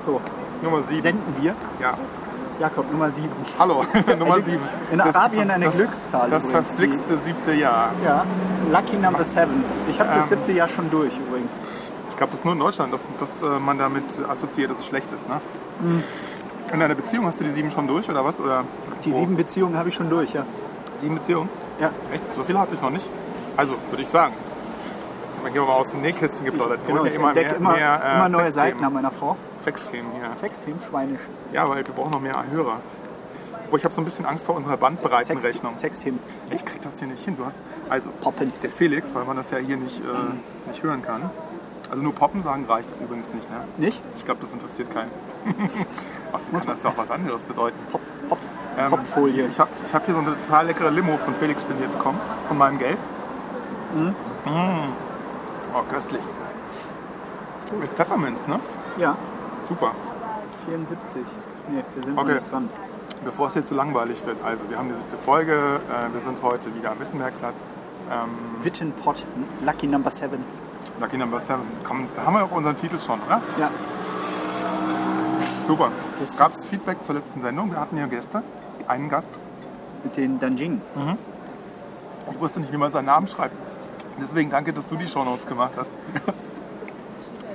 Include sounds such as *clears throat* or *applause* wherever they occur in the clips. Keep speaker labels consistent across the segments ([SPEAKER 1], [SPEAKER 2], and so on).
[SPEAKER 1] So,
[SPEAKER 2] Nummer 7.
[SPEAKER 1] senden wir.
[SPEAKER 2] Ja.
[SPEAKER 1] Jakob, Nummer 7.
[SPEAKER 2] Hallo, *laughs* Nummer 7.
[SPEAKER 1] In Arabien eine Glückszahl
[SPEAKER 2] Das
[SPEAKER 1] übrigens,
[SPEAKER 2] verflixte siebte Jahr.
[SPEAKER 1] Ja, Lucky Number 7. Ich habe
[SPEAKER 2] Ähm.
[SPEAKER 1] das siebte Jahr schon durch übrigens.
[SPEAKER 2] Ich glaube, das ist nur in Deutschland, dass, dass äh, man damit assoziiert, dass es schlecht ist. Ne?
[SPEAKER 1] Hm.
[SPEAKER 2] In deiner Beziehung hast du die sieben schon durch oder was? Oder
[SPEAKER 1] Die
[SPEAKER 2] wo?
[SPEAKER 1] sieben Beziehungen habe ich schon durch, ja.
[SPEAKER 2] sieben Beziehungen?
[SPEAKER 1] Ja,
[SPEAKER 2] Echt? So viel hatte ich noch nicht. Also, würde ich sagen. Man hier mal aus dem Nähkästchen geplaudert. Wir
[SPEAKER 1] genau,
[SPEAKER 2] holen
[SPEAKER 1] ich
[SPEAKER 2] ja immer
[SPEAKER 1] entdecke
[SPEAKER 2] mehr,
[SPEAKER 1] immer,
[SPEAKER 2] mehr äh,
[SPEAKER 1] immer neue
[SPEAKER 2] Sexthemen.
[SPEAKER 1] Seiten an meiner Frau.
[SPEAKER 2] Sexthemen hier.
[SPEAKER 1] Sexthemen, schweinisch.
[SPEAKER 2] Ja, weil wir brauchen noch mehr Hörer. Wo ich habe so ein bisschen Angst vor unserer Bandbreitenrechnung.
[SPEAKER 1] Sexthemen,
[SPEAKER 2] Ich krieg das hier nicht hin. Du hast also
[SPEAKER 1] Poppen.
[SPEAKER 2] der Felix, weil man das ja hier nicht, äh, nicht hören kann. Also nur Poppen sagen reicht übrigens nicht. Ne?
[SPEAKER 1] Nicht?
[SPEAKER 2] Ich glaube, das interessiert keinen. *laughs* Was kann das ja auch was anderes bedeuten?
[SPEAKER 1] Pop, Pop,
[SPEAKER 2] Ähm,
[SPEAKER 1] Popfolie.
[SPEAKER 2] Ich habe ich hab hier so eine total leckere Limo von Felix spendiert bekommen, von meinem Geld. Mm. Oh, köstlich. Mit Pfefferminz, ne?
[SPEAKER 1] Ja,
[SPEAKER 2] Super.
[SPEAKER 1] 74. Nee, wir sind
[SPEAKER 2] Okay.
[SPEAKER 1] noch nicht dran.
[SPEAKER 2] Bevor es hier zu langweilig wird, also wir haben die siebte Folge, äh, wir sind heute wieder am Wittenbergplatz. Ähm,
[SPEAKER 1] Wittenpott, Lucky Number 7.
[SPEAKER 2] Lucky Number 7. Komm, da haben wir auch unseren Titel schon, oder?
[SPEAKER 1] Ja,
[SPEAKER 2] Super.
[SPEAKER 1] Das-
[SPEAKER 2] Gab es Feedback zur letzten Sendung? Wir hatten hier Gäste, einen Gast.
[SPEAKER 1] mit den Danjing.
[SPEAKER 2] Ich wusste nicht, wie man seinen Namen schreibt. Deswegen danke, dass du die Shownotes gemacht hast.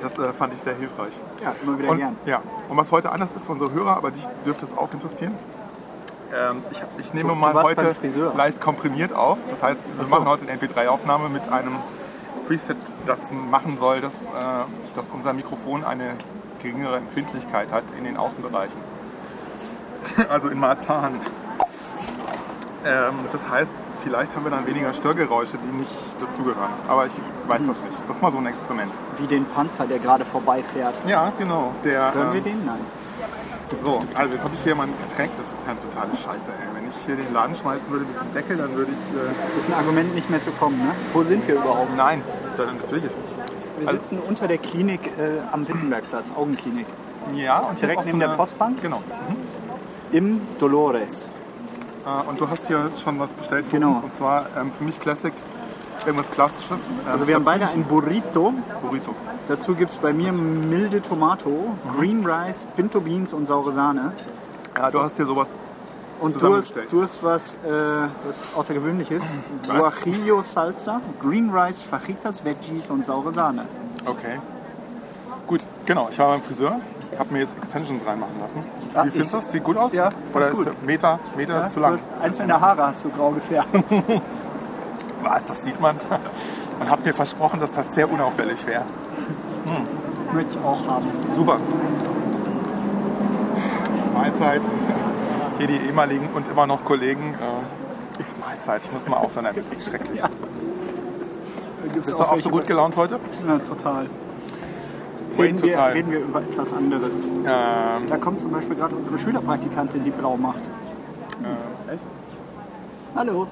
[SPEAKER 2] Das äh, fand ich sehr hilfreich.
[SPEAKER 1] Ja, immer wieder
[SPEAKER 2] Und,
[SPEAKER 1] gern.
[SPEAKER 2] ja. Und was heute anders ist für unsere Hörer, aber dich dürfte es auch interessieren. Ähm, ich, hab- ich nehme
[SPEAKER 1] Du- du
[SPEAKER 2] mal
[SPEAKER 1] warst
[SPEAKER 2] heute
[SPEAKER 1] beim Friseur.
[SPEAKER 2] leicht komprimiert auf. Das heißt, wir
[SPEAKER 1] so.
[SPEAKER 2] machen heute eine MP3-Aufnahme mit einem Preset, das machen soll, dass, äh, dass unser Mikrofon eine geringere Empfindlichkeit hat in den Außenbereichen.
[SPEAKER 1] *laughs*
[SPEAKER 2] also in Marzahn. Ähm, das heißt, vielleicht haben wir dann weniger Störgeräusche, die nicht dazugehören. Aber ich
[SPEAKER 1] Hm.
[SPEAKER 2] weiß das nicht. Das ist mal so ein Experiment.
[SPEAKER 1] Wie den Panzer, der gerade vorbeifährt.
[SPEAKER 2] Ja, genau. Der,
[SPEAKER 1] Hören wir
[SPEAKER 2] ähm,
[SPEAKER 1] den? Nein.
[SPEAKER 2] So, also jetzt habe ich hier mein Getränk, das ist ja eine totale Scheiße, ey. Wenn ich hier den Laden schmeißen würde mit dem Deckel, dann würde ich. Äh,
[SPEAKER 1] Ist ein Argument nicht mehr zu kommen, ne? Wo sind wir überhaupt?
[SPEAKER 2] nein, dann natürlich.
[SPEAKER 1] Wir
[SPEAKER 2] Also
[SPEAKER 1] sitzen unter der Klinik äh, am Wittenbergplatz, Augenklinik.
[SPEAKER 2] Ja, und hier
[SPEAKER 1] Direkt
[SPEAKER 2] ist auch
[SPEAKER 1] neben
[SPEAKER 2] so
[SPEAKER 1] der
[SPEAKER 2] eine-
[SPEAKER 1] Postbank?
[SPEAKER 2] Genau.
[SPEAKER 1] Im Dolores.
[SPEAKER 2] Äh, und du hast hier schon was bestellt für
[SPEAKER 1] Genau.
[SPEAKER 2] uns und zwar ähm, für mich Classic, irgendwas Klassisches. Ähm,
[SPEAKER 1] Also wir haben
[SPEAKER 2] ich
[SPEAKER 1] beide ein Burrito.
[SPEAKER 2] glaub, Burrito.
[SPEAKER 1] Dazu gibt es bei mir milde Tomato,
[SPEAKER 2] Mhm.
[SPEAKER 1] Green Rice, Pinto Beans und saure Sahne.
[SPEAKER 2] Ja, du hast hier sowas.
[SPEAKER 1] Und du hast,
[SPEAKER 2] Zusammengestellt.
[SPEAKER 1] du hast was, äh, was Außergewöhnliches.
[SPEAKER 2] Was?
[SPEAKER 1] Guajillo Salsa, Green Rice, Fajitas, Veggies und saure Sahne.
[SPEAKER 2] Okay. Gut, genau. Ich war beim Friseur, habe mir jetzt Extensions reinmachen lassen.
[SPEAKER 1] Ah,
[SPEAKER 2] Wie findest du
[SPEAKER 1] ich-
[SPEAKER 2] das? Sieht gut aus?
[SPEAKER 1] Ja,
[SPEAKER 2] Oder
[SPEAKER 1] ganz
[SPEAKER 2] ist
[SPEAKER 1] gut.
[SPEAKER 2] der Meter, Meter
[SPEAKER 1] Ja,
[SPEAKER 2] ist zu lang?
[SPEAKER 1] Du hast einzelne Haare hast du grau
[SPEAKER 2] *laughs*
[SPEAKER 1] gefärbt.
[SPEAKER 2] Was, das sieht man. *laughs* Und hab mir versprochen, dass das sehr unauffällig wäre.
[SPEAKER 1] Möchte ich auch haben.
[SPEAKER 2] Super. Mahlzeit. Hier die ehemaligen und immer noch Kollegen. Äh, Mahlzeit, ich muss mal aufhören damit. Das ist schrecklich.
[SPEAKER 1] Gibt's
[SPEAKER 2] Bist du auch
[SPEAKER 1] welche-
[SPEAKER 2] so gut gelaunt heute?
[SPEAKER 1] Ja, total.
[SPEAKER 2] Hey,
[SPEAKER 1] Reden wir,
[SPEAKER 2] total.
[SPEAKER 1] reden wir über etwas anderes.
[SPEAKER 2] Ähm,
[SPEAKER 1] Da kommt zum Beispiel gerade unsere Schülerpraktikantin, die blau macht.
[SPEAKER 2] Äh, echt?
[SPEAKER 1] Hallo.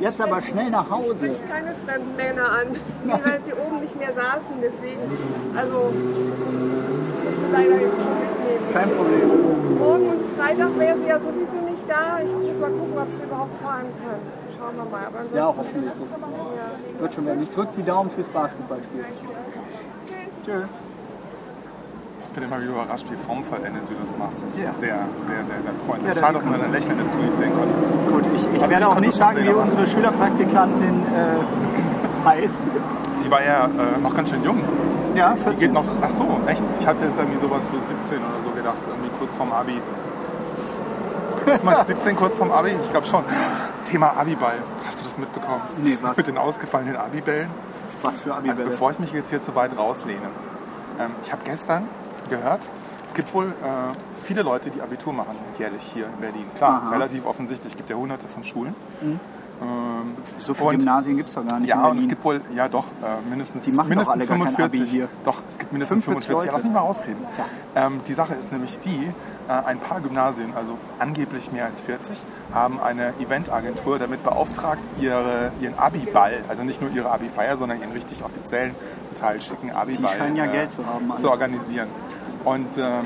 [SPEAKER 1] Jetzt aber schnell nach Hause.
[SPEAKER 3] Ich keine fremden Männer an, die halt hier oben nicht mehr saßen. Deswegen, also, musst du leider jetzt schon mitnehmen.
[SPEAKER 1] Kein Problem.
[SPEAKER 3] Morgen und Freitag wäre sie ja sowieso nicht da. Ich muss mal gucken, ob sie überhaupt fahren kann. Schauen wir mal. Aber ansonsten,
[SPEAKER 1] Ja, hoffentlich. Das wird schon werden. Ich drücke die Daumen fürs Basketballspiel. Tschö.
[SPEAKER 2] Ich bin immer wieder überrascht, wie formvollendet du das machst. Das ist
[SPEAKER 1] Ja.
[SPEAKER 2] sehr, sehr, sehr, sehr freundlich.
[SPEAKER 1] Ja, das
[SPEAKER 2] Schade, dass
[SPEAKER 1] sieht
[SPEAKER 2] man dein Lächeln dazu nicht sehen konnte.
[SPEAKER 1] Gut, ich, ich
[SPEAKER 2] Also ich
[SPEAKER 1] werde auch
[SPEAKER 2] konnte
[SPEAKER 1] nicht
[SPEAKER 2] schon
[SPEAKER 1] sagen,
[SPEAKER 2] sehen,
[SPEAKER 1] wie
[SPEAKER 2] aber-
[SPEAKER 1] unsere Schülerpraktikantin äh, heißt.
[SPEAKER 2] Die war ja äh, noch ganz schön jung.
[SPEAKER 1] Ja,
[SPEAKER 2] Die geht
[SPEAKER 1] 14.
[SPEAKER 2] noch, ach so, echt? Ich hatte jetzt irgendwie sowas so 17 oder so gedacht, irgendwie kurz vorm Abi. Ist man 17 kurz vorm Abi? Ich glaube schon. Thema Abiball. Hast du das mitbekommen?
[SPEAKER 1] Nee, was?
[SPEAKER 2] Mit den ausgefallenen Abibällen?
[SPEAKER 1] Was für
[SPEAKER 2] Also
[SPEAKER 1] Abibälle.
[SPEAKER 2] bevor ich mich jetzt hier zu weit rauslehne. Ähm, ich habe gestern gehört, es gibt wohl äh, viele Leute, die Abitur machen jährlich hier in Berlin. Klar,
[SPEAKER 1] Aha.
[SPEAKER 2] relativ offensichtlich. gibt ja hunderte von Schulen. Ähm,
[SPEAKER 1] so viele
[SPEAKER 2] und-
[SPEAKER 1] Gymnasien gibt es doch gar nicht.
[SPEAKER 2] ja,
[SPEAKER 1] in
[SPEAKER 2] und es
[SPEAKER 1] Berlin.
[SPEAKER 2] gibt wohl, ja doch, äh, mindestens,
[SPEAKER 1] Die machen doch
[SPEAKER 2] mindestens
[SPEAKER 1] alle gar kein
[SPEAKER 2] 45.
[SPEAKER 1] Abi hier.
[SPEAKER 2] Doch, es gibt mindestens
[SPEAKER 1] 45
[SPEAKER 2] 45. Ja, lass mich mal ausreden. Ähm, die Sache ist nämlich die, äh, ein paar Gymnasien, also angeblich mehr als 40, haben eine Eventagentur damit beauftragt, ihre, ihren Abi-Ball, also nicht nur ihre Abi-Feier, sondern ihren richtig offiziellen, total schicken Abi-Ball äh,
[SPEAKER 1] scheinen ja Geld zu haben, alle.
[SPEAKER 2] zu organisieren. Und ähm,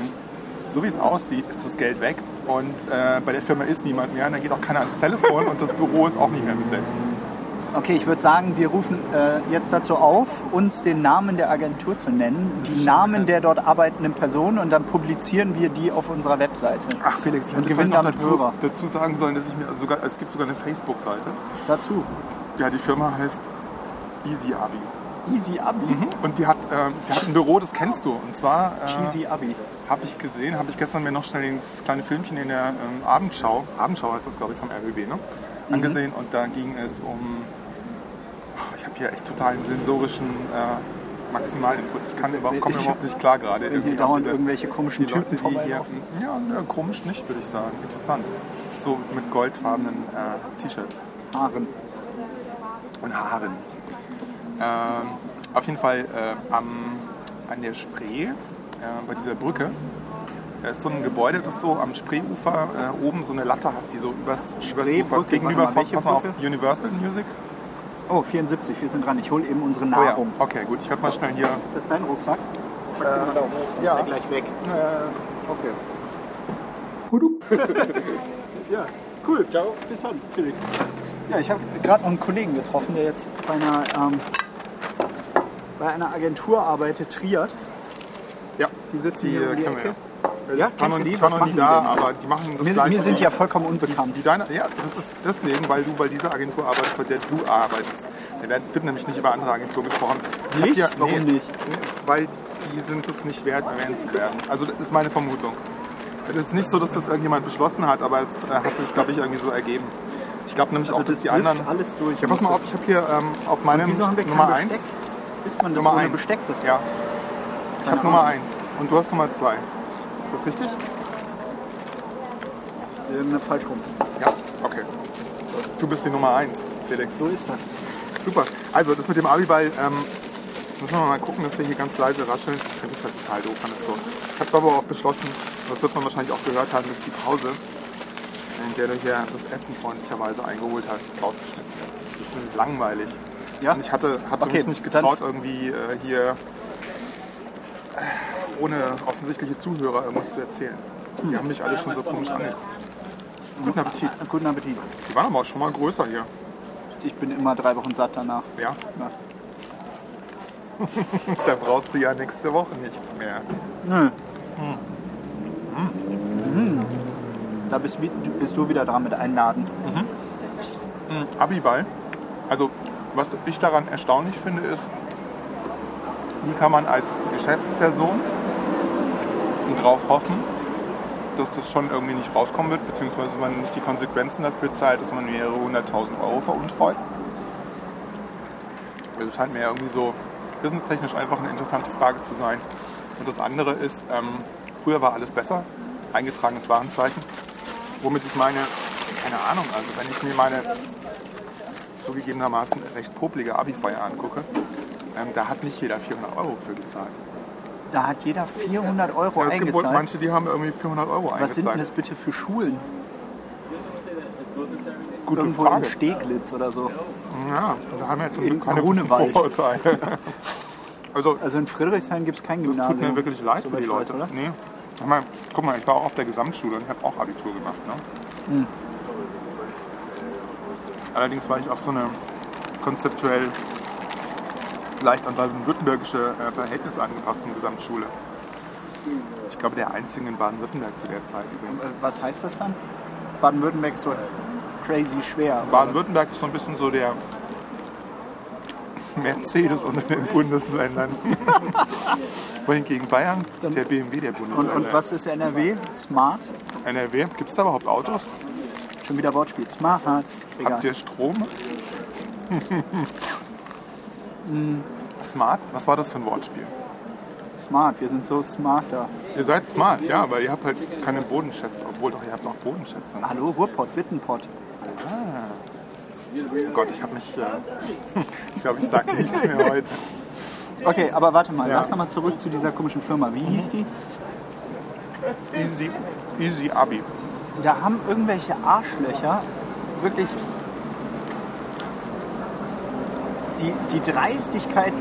[SPEAKER 2] so wie es aussieht, ist das Geld weg. Und äh, bei der Firma ist niemand mehr, und da geht auch keiner ans Telefon und das Büro ist auch nicht mehr besetzt.
[SPEAKER 1] Okay, ich würde sagen, wir rufen äh, jetzt dazu auf, uns den Namen der Agentur zu nennen, die Namen der dort arbeitenden Personen und dann publizieren wir die auf unserer Webseite.
[SPEAKER 2] Ach Felix, ich
[SPEAKER 1] Und
[SPEAKER 2] hätte
[SPEAKER 1] gewinnt
[SPEAKER 2] vielleicht noch
[SPEAKER 1] damit
[SPEAKER 2] dazu,
[SPEAKER 1] Hörer.
[SPEAKER 2] dazu sagen sollen, dass ich mir sogar, es gibt sogar eine Facebook-Seite.
[SPEAKER 1] Dazu
[SPEAKER 2] Ja, die Firma heißt Easy Abi.
[SPEAKER 1] Easy Abi,
[SPEAKER 2] Und die hat, äh, die hat ein Büro, das kennst du. Und zwar äh,
[SPEAKER 1] Cheesy Abi.
[SPEAKER 2] habe ich gesehen, habe ich gestern mir noch schnell das kleine Filmchen in der ähm, Abendschau, Abendschau heißt das glaube ich vom RBB, ne?
[SPEAKER 1] Mhm.
[SPEAKER 2] Angesehen und da ging es um, Ach, ich habe hier echt total einen sensorischen äh, Maximalinput. Ich kann überhaupt, komme
[SPEAKER 1] Ich-
[SPEAKER 2] überhaupt nicht klar gerade.
[SPEAKER 1] Wenn hier
[SPEAKER 2] irgendwie auf
[SPEAKER 1] dauernd
[SPEAKER 2] diese-
[SPEAKER 1] irgendwelche komischen
[SPEAKER 2] die
[SPEAKER 1] Typen
[SPEAKER 2] Leute, die hier,
[SPEAKER 1] vorbeilaufen.
[SPEAKER 2] ja, ja, komisch nicht, würde ich sagen. Interessant. So mit goldfarbenen äh, T-Shirts
[SPEAKER 1] Haaren.
[SPEAKER 2] und Haaren. Ähm, auf jeden Fall äh, am, an der Spree, äh, bei dieser Brücke, da ist so ein Gebäude, das so am Spreeufer äh, oben so eine Latte hat, die so übers, übers
[SPEAKER 1] Spreebrücke,
[SPEAKER 2] Ufer gegenüber
[SPEAKER 1] warte mal,
[SPEAKER 2] von
[SPEAKER 1] welche
[SPEAKER 2] pass mal auf,
[SPEAKER 1] Brücke?
[SPEAKER 2] Universal Music.
[SPEAKER 1] Oh, 74, wir sind dran. Ich hole eben unsere
[SPEAKER 2] Oh ja,
[SPEAKER 1] Nahrung.
[SPEAKER 2] okay, gut, ich werde mal schnell hier.
[SPEAKER 1] Ist das dein Rucksack?
[SPEAKER 2] Äh,
[SPEAKER 4] Sonst ist er gleich weg.
[SPEAKER 1] Okay.
[SPEAKER 2] *laughs*
[SPEAKER 4] Ja, cool. Ciao. Bis dann, Felix.
[SPEAKER 1] Ja, ich habe gerade noch einen Kollegen getroffen, der jetzt bei einer, ähm, bei einer Agentur arbeitet, triert.
[SPEAKER 2] Ja,
[SPEAKER 1] Die sitzen
[SPEAKER 2] Die,
[SPEAKER 1] hier um
[SPEAKER 2] äh,
[SPEAKER 1] die
[SPEAKER 2] kennen wir,
[SPEAKER 1] Ecke. Ja,
[SPEAKER 2] ich war
[SPEAKER 1] kennst
[SPEAKER 2] noch,
[SPEAKER 1] du die?
[SPEAKER 2] ich war
[SPEAKER 1] Was
[SPEAKER 2] noch
[SPEAKER 1] machen
[SPEAKER 2] nie
[SPEAKER 1] die
[SPEAKER 2] da,
[SPEAKER 1] denn?
[SPEAKER 2] aber die machen das
[SPEAKER 1] Mir,
[SPEAKER 2] gleiche
[SPEAKER 1] mir sind
[SPEAKER 2] wie-
[SPEAKER 1] ja vollkommen
[SPEAKER 2] Wie
[SPEAKER 1] unbekannt.
[SPEAKER 2] deine, ja, das ist deswegen, weil du bei dieser Agentur arbeitest, bei der du arbeitest. Da werden- wird nämlich nicht über andere Agenturen gesprochen. Ich hab
[SPEAKER 1] Nicht?
[SPEAKER 2] Ja,
[SPEAKER 1] Warum
[SPEAKER 2] nee,
[SPEAKER 1] nicht?
[SPEAKER 2] Weil die sind es nicht wert, erwähnt zu werden. Also das ist meine Vermutung. Es ist nicht so, dass das irgendjemand beschlossen hat, aber es äh, hat sich, glaube ich, irgendwie so ergeben. Ich glaube nämlich
[SPEAKER 1] Also
[SPEAKER 2] auch, dass
[SPEAKER 1] das
[SPEAKER 2] die
[SPEAKER 1] sifft
[SPEAKER 2] anderen...
[SPEAKER 1] alles durch.
[SPEAKER 2] Ja, pass mal auf, ich habe hier ähm, auf meinem
[SPEAKER 1] Wieso haben wir kein
[SPEAKER 2] Nummer 1...
[SPEAKER 1] Besteck? Ist man das
[SPEAKER 2] Nummer
[SPEAKER 1] ohne
[SPEAKER 2] eins.
[SPEAKER 1] Besteck? Das
[SPEAKER 2] Ja, ich
[SPEAKER 1] Keine
[SPEAKER 2] habe Nummer
[SPEAKER 1] Ahnung.
[SPEAKER 2] 1 und du hast Nummer 2. Ist das richtig?
[SPEAKER 1] Ähm, falsch rum.
[SPEAKER 2] Ja. Okay. Du bist die Nummer 1, Felix.
[SPEAKER 1] So ist das.
[SPEAKER 2] Super. Also das mit dem Abiball, ähm, müssen wir mal gucken, dass wir hier ganz leise rascheln. Ich finde das halt total doof, wenn das so. Ich habe aber auch beschlossen, und das wird man wahrscheinlich auch gehört haben, dass die Pause, in der du hier das Essen freundlicherweise eingeholt hast, rausgeschnitten wird. Das ist nämlich langweilig.
[SPEAKER 1] Ja?
[SPEAKER 2] Und ich hatte, hatte
[SPEAKER 1] Okay,
[SPEAKER 2] mich nicht
[SPEAKER 1] dann-
[SPEAKER 2] getraut, irgendwie äh, hier äh, ohne offensichtliche Zuhörer irgendwas zu erzählen.
[SPEAKER 1] Hm.
[SPEAKER 2] Die haben mich alle schon so komisch angeguckt. Guten Appetit.
[SPEAKER 1] Guten Appetit.
[SPEAKER 2] Die waren aber auch schon mal größer hier.
[SPEAKER 1] Ich bin immer drei Wochen satt danach.
[SPEAKER 2] Ja. *laughs*
[SPEAKER 1] Ja.
[SPEAKER 2] Da brauchst du ja nächste Woche nichts mehr.
[SPEAKER 1] Nö. Mhm. Da bist, wie- bist du wieder dran mit Einladen.
[SPEAKER 2] Abiball. Also, was ich daran erstaunlich finde, ist, wie kann man als Geschäftsperson drauf hoffen, dass das schon irgendwie nicht rauskommen wird, beziehungsweise man nicht die Konsequenzen dafür zahlt, dass man mehrere hunderttausend Euro veruntreut. Also scheint mir ja irgendwie so businesstechnisch einfach eine interessante Frage zu sein. Und das andere ist, ähm, früher war alles besser, eingetragenes Warenzeichen. Womit ich meine, keine Ahnung, also wenn ich mir meine zugegebenermaßen recht popelige Abi-Feier angucke, ähm, da hat nicht jeder 400 Euro für gezahlt.
[SPEAKER 1] Da hat jeder 400 Euro
[SPEAKER 2] es gibt wohl
[SPEAKER 1] eingezahlt.
[SPEAKER 2] manche, die haben irgendwie 400 Euro
[SPEAKER 1] Was sind denn das
[SPEAKER 2] eingezahlt.
[SPEAKER 1] bitte für Schulen?
[SPEAKER 2] Gute
[SPEAKER 1] Irgendwo
[SPEAKER 2] Frage.
[SPEAKER 1] in Steglitz oder so.
[SPEAKER 2] Ja, da haben wir jetzt
[SPEAKER 1] In
[SPEAKER 2] keine
[SPEAKER 1] Grunewald.
[SPEAKER 2] Vorurteile. *laughs* Also,
[SPEAKER 1] Also in Friedrichshain gibt es kein
[SPEAKER 2] es
[SPEAKER 1] Gymnasium.
[SPEAKER 2] tut mir wirklich leid für
[SPEAKER 1] Soweit
[SPEAKER 2] die
[SPEAKER 1] ich weiß,
[SPEAKER 2] Leute. nee. ich meine, guck mal, ich war auch auf der Gesamtschule und habe auch Abitur gemacht. Ne?
[SPEAKER 1] Hm.
[SPEAKER 2] Allerdings war ich auf so eine konzeptuell leicht an baden-württembergische äh, Verhältnisse angepasste Gesamtschule. Ich glaube, der einzige in Baden-Württemberg zu der Zeit übrigens.
[SPEAKER 1] Äh, Was heißt das dann? Baden-Württemberg ist so crazy schwer.
[SPEAKER 2] Baden-Württemberg ist so ein bisschen so der Mercedes unter den
[SPEAKER 1] *laughs*
[SPEAKER 2] Bundesländern. Wohingegen Bayern, der BMW der
[SPEAKER 1] Und,
[SPEAKER 2] Bundesländer.
[SPEAKER 1] und was ist NRW? Smart?
[SPEAKER 2] NRW, gibt es da überhaupt Autos?
[SPEAKER 1] Schon wieder Wortspiel. Smart. Egal.
[SPEAKER 2] Habt ihr Strom? *laughs* smart? Was war das für ein Wortspiel?
[SPEAKER 1] Smart. Wir sind so smarter.
[SPEAKER 2] Ihr seid smart, ja, aber ihr habt halt keine Bodenschätze. Obwohl, doch, ihr habt auch Bodenschätze.
[SPEAKER 1] Hallo, Ruhrpott, Wittenpott.
[SPEAKER 2] Oh Gott, ich habe mich... Äh, *laughs* ich glaube, ich sage nichts mehr heute.
[SPEAKER 1] Okay, aber warte mal.
[SPEAKER 2] Ja.
[SPEAKER 1] Lass nochmal zurück zu dieser komischen Firma. Wie hieß die?
[SPEAKER 2] Easy, easy Abi.
[SPEAKER 1] Da haben irgendwelche Arschlöcher wirklich die, die Dreistigkeit,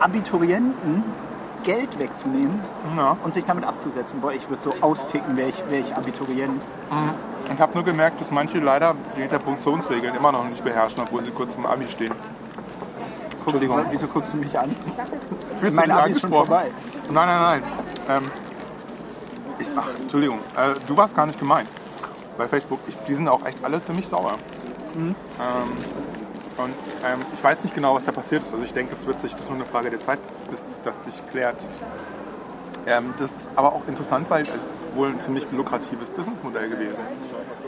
[SPEAKER 1] Abiturienten Geld wegzunehmen
[SPEAKER 2] Ja.
[SPEAKER 1] und sich damit abzusetzen. Boah, ich würde so austicken, wäre ich, wär ich Abiturient.
[SPEAKER 2] Ich habe nur gemerkt, dass manche leider die Interpunktionsregeln immer noch nicht beherrschen, obwohl sie kurz im Abi stehen.
[SPEAKER 1] Guckst du,
[SPEAKER 2] Entschuldigung.
[SPEAKER 1] wieso guckst du mich an?
[SPEAKER 2] Fühlst
[SPEAKER 1] Mein
[SPEAKER 2] du dich
[SPEAKER 1] Abi ist schon
[SPEAKER 2] angesprochen?
[SPEAKER 1] vorbei.
[SPEAKER 2] Nein, nein, nein. Ähm, ich, ach, Entschuldigung. Äh, du warst gar nicht gemeint. Bei Facebook. Ich, die sind auch echt alle ziemlich sauer. Ähm, und ähm, ich weiß nicht genau, was da passiert ist. Also ich denke, es wird sich, das ist nur eine Frage der Zeit, bis das sich klärt. Ähm, das ist aber auch interessant, weil es wohl ein ziemlich lukratives Businessmodell gewesen.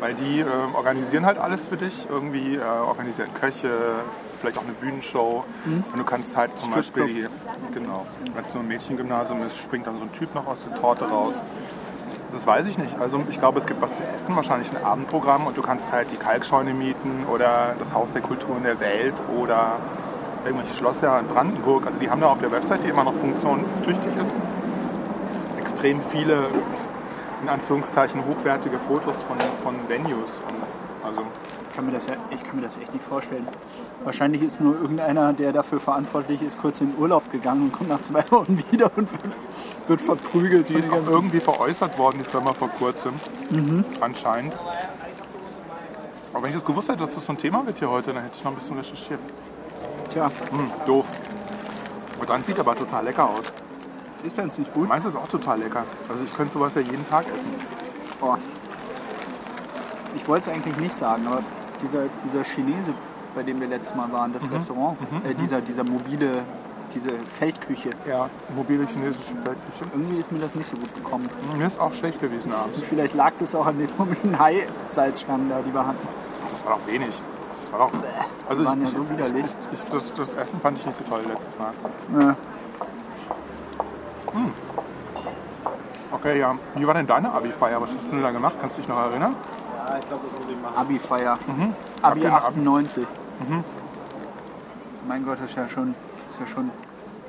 [SPEAKER 2] Weil die ähm, organisieren halt alles für dich, irgendwie äh, organisieren Köche, vielleicht auch eine Bühnenshow. Und du kannst halt zum
[SPEAKER 1] Stripclub.
[SPEAKER 2] Beispiel, die- genau, wenn es nur ein Mädchengymnasium ist, springt dann so ein Typ noch aus der Torte raus. Das weiß ich nicht. Also ich glaube, es gibt was zu essen, wahrscheinlich ein Abendprogramm und du kannst halt die Kalkscheune mieten oder das Haus der Kulturen der Welt oder irgendwelche Schlösser in Brandenburg. Also die haben da auf der Website, die immer noch funktionstüchtig ist, extrem viele, in Anführungszeichen, hochwertige Fotos von, von Venues. Und also
[SPEAKER 1] Ich kann, mir das, ja- ich kann mir das echt nicht vorstellen. Wahrscheinlich ist nur irgendeiner, der dafür verantwortlich ist, kurz in Urlaub gegangen und kommt nach zwei Wochen wieder und wird, wird verprügelt.
[SPEAKER 2] die
[SPEAKER 1] von
[SPEAKER 2] ist
[SPEAKER 1] den
[SPEAKER 2] auch
[SPEAKER 1] ganzen-
[SPEAKER 2] irgendwie veräußert worden, die Firma vor kurzem, anscheinend. Aber wenn ich das gewusst hätte, dass das so ein Thema wird hier heute, dann hätte ich noch ein bisschen recherchiert.
[SPEAKER 1] Tja,
[SPEAKER 2] Hm, doof. Und dann sieht aber total lecker aus.
[SPEAKER 1] ist das nicht gut?
[SPEAKER 2] Meins ist auch total lecker. Also ich könnte sowas ja jeden Tag essen.
[SPEAKER 1] Boah. Ich wollte es eigentlich nicht sagen, aber dieser, dieser Chinese, bei dem wir letztes Mal waren, das Restaurant, äh, dieser, dieser mobile, diese Feldküche,
[SPEAKER 2] Ja, mobile chinesische Feldküche.
[SPEAKER 1] irgendwie ist mir das nicht so gut gekommen.
[SPEAKER 2] Hm, Mir ist auch schlecht gewesen abends.
[SPEAKER 1] Und vielleicht lag das auch an *laughs* den mobilen Hai-Salzstangen da, die wir hatten.
[SPEAKER 2] Das war doch wenig. Das war doch. Also
[SPEAKER 1] die waren ja
[SPEAKER 2] ich,
[SPEAKER 1] so widerlich.
[SPEAKER 2] Ich, ich, das, das Essen fand ich nicht so toll letztes Mal. Hm.
[SPEAKER 1] Ja.
[SPEAKER 2] Okay, ja. Wie war denn deine Abi-Feier? Was hast du denn da gemacht? Kannst du dich noch erinnern?
[SPEAKER 1] Abi-Feier. Abi
[SPEAKER 2] Ab in Abi.
[SPEAKER 1] 98. Mein Gott, das ist ja schon, das ist ja schon,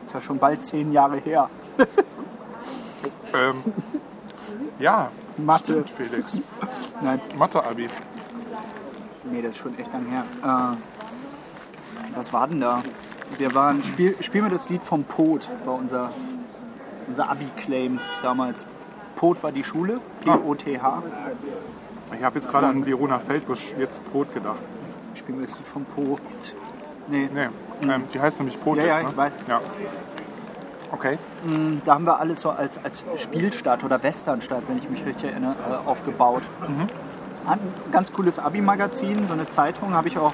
[SPEAKER 1] das ist ja schon bald zehn Jahre her. *laughs*
[SPEAKER 2] Ähm, ja,
[SPEAKER 1] Mathe.
[SPEAKER 2] stimmt, Felix.
[SPEAKER 1] Nein,
[SPEAKER 2] Mathe-Abi.
[SPEAKER 1] nee, das ist schon echt lang her. Äh, was war denn da? Wir waren, spiel, spiel mir das Lied vom Pot, war unser, unser Abi-Claim damals. Pot war die Schule, P-O-T-H.
[SPEAKER 2] Ich habe jetzt gerade an Verona Feldbusch jetzt Brot gedacht.
[SPEAKER 1] Spiel mir das Lied vom Pot. Nee,
[SPEAKER 2] Nee, ähm, die heißt nämlich Brot.
[SPEAKER 1] Ja,
[SPEAKER 2] jetzt,
[SPEAKER 1] ja,
[SPEAKER 2] ne?
[SPEAKER 1] ich weiß.
[SPEAKER 2] Ja. Okay.
[SPEAKER 1] da haben wir alles so als, als Spielstadt oder Westernstadt, wenn ich mich richtig erinnere, äh, aufgebaut. Hat ein ganz cooles Abi-Magazin, so eine Zeitung, habe ich auch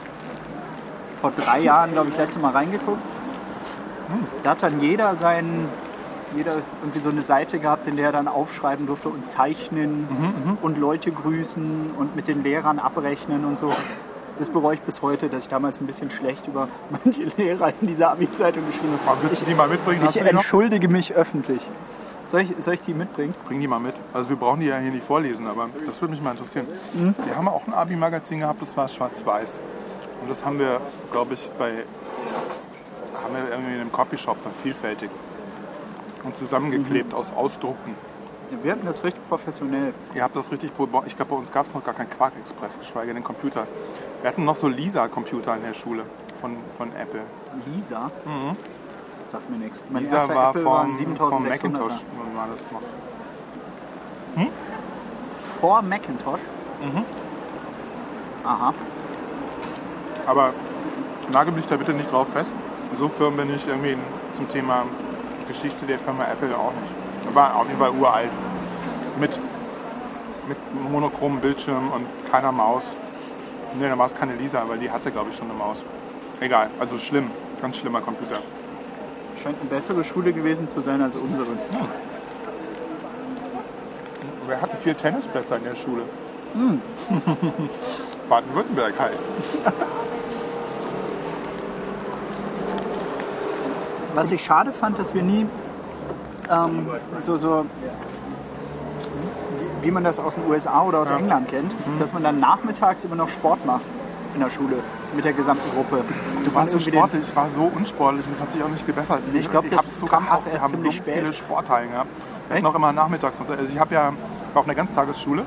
[SPEAKER 1] vor drei Jahren, glaube ich, letztes Mal reingeguckt. Da hat dann jeder seinen, jeder irgendwie so eine Seite gehabt, in der er dann aufschreiben durfte und zeichnen und Leute grüßen und mit den Lehrern abrechnen und so. Das bereue ich bis heute, dass ich damals ein bisschen schlecht über *laughs* manche Lehrer in dieser Abi-Zeitung geschrieben habe.
[SPEAKER 2] Aber willst du die mal mitbringen? Hast
[SPEAKER 1] Ich
[SPEAKER 2] du die noch?
[SPEAKER 1] entschuldige mich öffentlich. Soll ich, soll ich die mitbringen?
[SPEAKER 2] Bring die mal mit. Also wir brauchen die ja hier nicht vorlesen, aber das würde mich mal interessieren.
[SPEAKER 1] Mhm.
[SPEAKER 2] Wir haben auch ein Abi-Magazin gehabt, das war schwarz-weiß. Und das haben wir, glaube ich, bei haben wir irgendwie in einem Copyshop vervielfältigt und
[SPEAKER 1] Mhm.
[SPEAKER 2] zusammengeklebt aus Ausdrucken.
[SPEAKER 1] Wir hatten das richtig professionell.
[SPEAKER 2] Ihr habt das richtig, prob- ich glaube, bei uns gab es noch gar keinen Quark-Express, geschweige denn Computer. Wir hatten noch so Lisa-Computer in der Schule von, von Apple.
[SPEAKER 1] Lisa? Sagt mir nichts. Mein
[SPEAKER 2] Mhm. Lisa
[SPEAKER 1] erster
[SPEAKER 2] war
[SPEAKER 1] Apple war ein
[SPEAKER 2] vom, vom
[SPEAKER 1] 7600er.
[SPEAKER 2] Macintosh. Wann War das noch?
[SPEAKER 1] Vor Macintosh?
[SPEAKER 2] Mhm.
[SPEAKER 1] Aha.
[SPEAKER 2] Aber nagel mich da bitte nicht drauf fest. So firm bin ich irgendwie zum Thema Geschichte der Firma Apple auch nicht. War auf jeden Fall uralt. Mit, mit monochromen Bildschirm und keiner Maus. Ne, da war es keine Lisa, weil die hatte, glaube ich, schon eine Maus. Egal, also schlimm. Ganz schlimmer Computer.
[SPEAKER 1] Scheint eine bessere Schule gewesen zu sein als unsere.
[SPEAKER 2] Wir hatten vier Tennisplätze in der Schule. Hm. *laughs* Baden-Württemberg halt.
[SPEAKER 1] Was ich schade fand, dass wir nie ähm, so, so wie- wie man das aus den USA oder aus England kennt,
[SPEAKER 2] Mhm.
[SPEAKER 1] dass man dann nachmittags immer noch Sport macht in der Schule mit der gesamten Gruppe. Dass man
[SPEAKER 2] Warst du
[SPEAKER 1] irgendwie den,
[SPEAKER 2] sportlich? Ich war so unsportlich und es hat sich auch nicht gebessert.
[SPEAKER 1] Nee, ich glaub, das
[SPEAKER 2] hab's sogar
[SPEAKER 1] kam erst
[SPEAKER 2] auch- wir
[SPEAKER 1] erst
[SPEAKER 2] haben
[SPEAKER 1] ziemlich
[SPEAKER 2] so
[SPEAKER 1] spät.
[SPEAKER 2] viele Sporthallen gehabt. Wir hatten
[SPEAKER 1] Echt?
[SPEAKER 2] auch immer nachmittags. Also ich habe ja war auf einer Ganztagesschule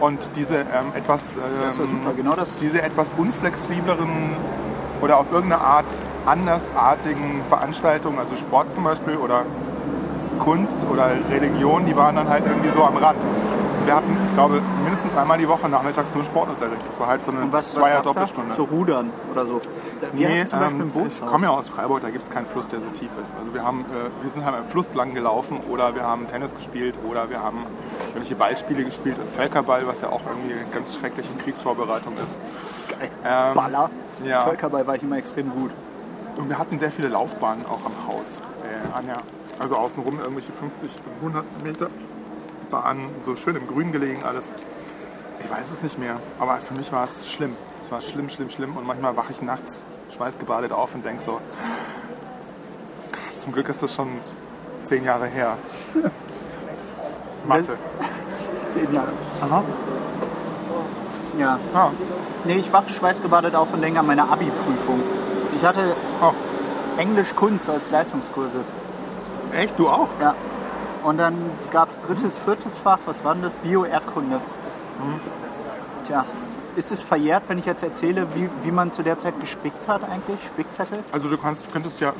[SPEAKER 2] und diese ähm, etwas
[SPEAKER 1] Ah. Das war
[SPEAKER 2] ähm,
[SPEAKER 1] super, genau das.
[SPEAKER 2] diese etwas unflexibleren oder auf irgendeine Art andersartigen Veranstaltungen, also Sport zum Beispiel oder Kunst oder Religion, die waren dann halt irgendwie so am Rand. wir hatten, ich glaube, mindestens einmal die Woche nachmittags nur Sportunterricht. Das war halt so eine
[SPEAKER 1] Und was, was
[SPEAKER 2] zweier
[SPEAKER 1] gab's da?
[SPEAKER 2] Doppelstunde.
[SPEAKER 1] Zu rudern oder so. Wir hatten zum Beispiel
[SPEAKER 2] ähm,
[SPEAKER 1] ein Bootshaus.
[SPEAKER 2] ich komme ja aus Freiburg, da gibt es keinen Fluss, der so tief ist. Also wir, haben, äh, wir sind halt am Fluss lang gelaufen oder wir haben Tennis gespielt oder wir haben irgendwelche Ballspiele gespielt und Völkerball, was ja auch irgendwie eine ganz schreckliche Kriegsvorbereitung ist. Ähm,
[SPEAKER 1] Baller.
[SPEAKER 2] ja.
[SPEAKER 1] Völkerball war ich immer extrem gut.
[SPEAKER 2] Und wir hatten sehr viele Laufbahnen auch am Haus. Äh, an der, also außenrum irgendwelche 50 und 100 Meter Bahnen, so schön im Grün gelegen alles. Ich weiß es nicht mehr, aber für mich war es schlimm. Es war schlimm, schlimm, schlimm. Und manchmal wache ich nachts schweißgebadet auf und denke so, zum Glück ist das schon zehn Jahre her. Mathe.
[SPEAKER 1] Zehn Jahre. Aha. Ja.
[SPEAKER 2] Ah,
[SPEAKER 1] Nee, ich wache schweißgebadet auf und denke an meine Abi-Prüfung. Ich hatte
[SPEAKER 2] oh,
[SPEAKER 1] Englisch-Kunst als Leistungskurse.
[SPEAKER 2] echt? Du auch?
[SPEAKER 1] Ja. Und dann gab es drittes, viertes Fach, was war denn das? Bio-Erdkunde.
[SPEAKER 2] Mhm.
[SPEAKER 1] Tja, ist es verjährt, wenn ich jetzt erzähle, wie, wie man zu der Zeit gespickt hat eigentlich? Spickzettel?
[SPEAKER 2] Also du kannst, könntest ja...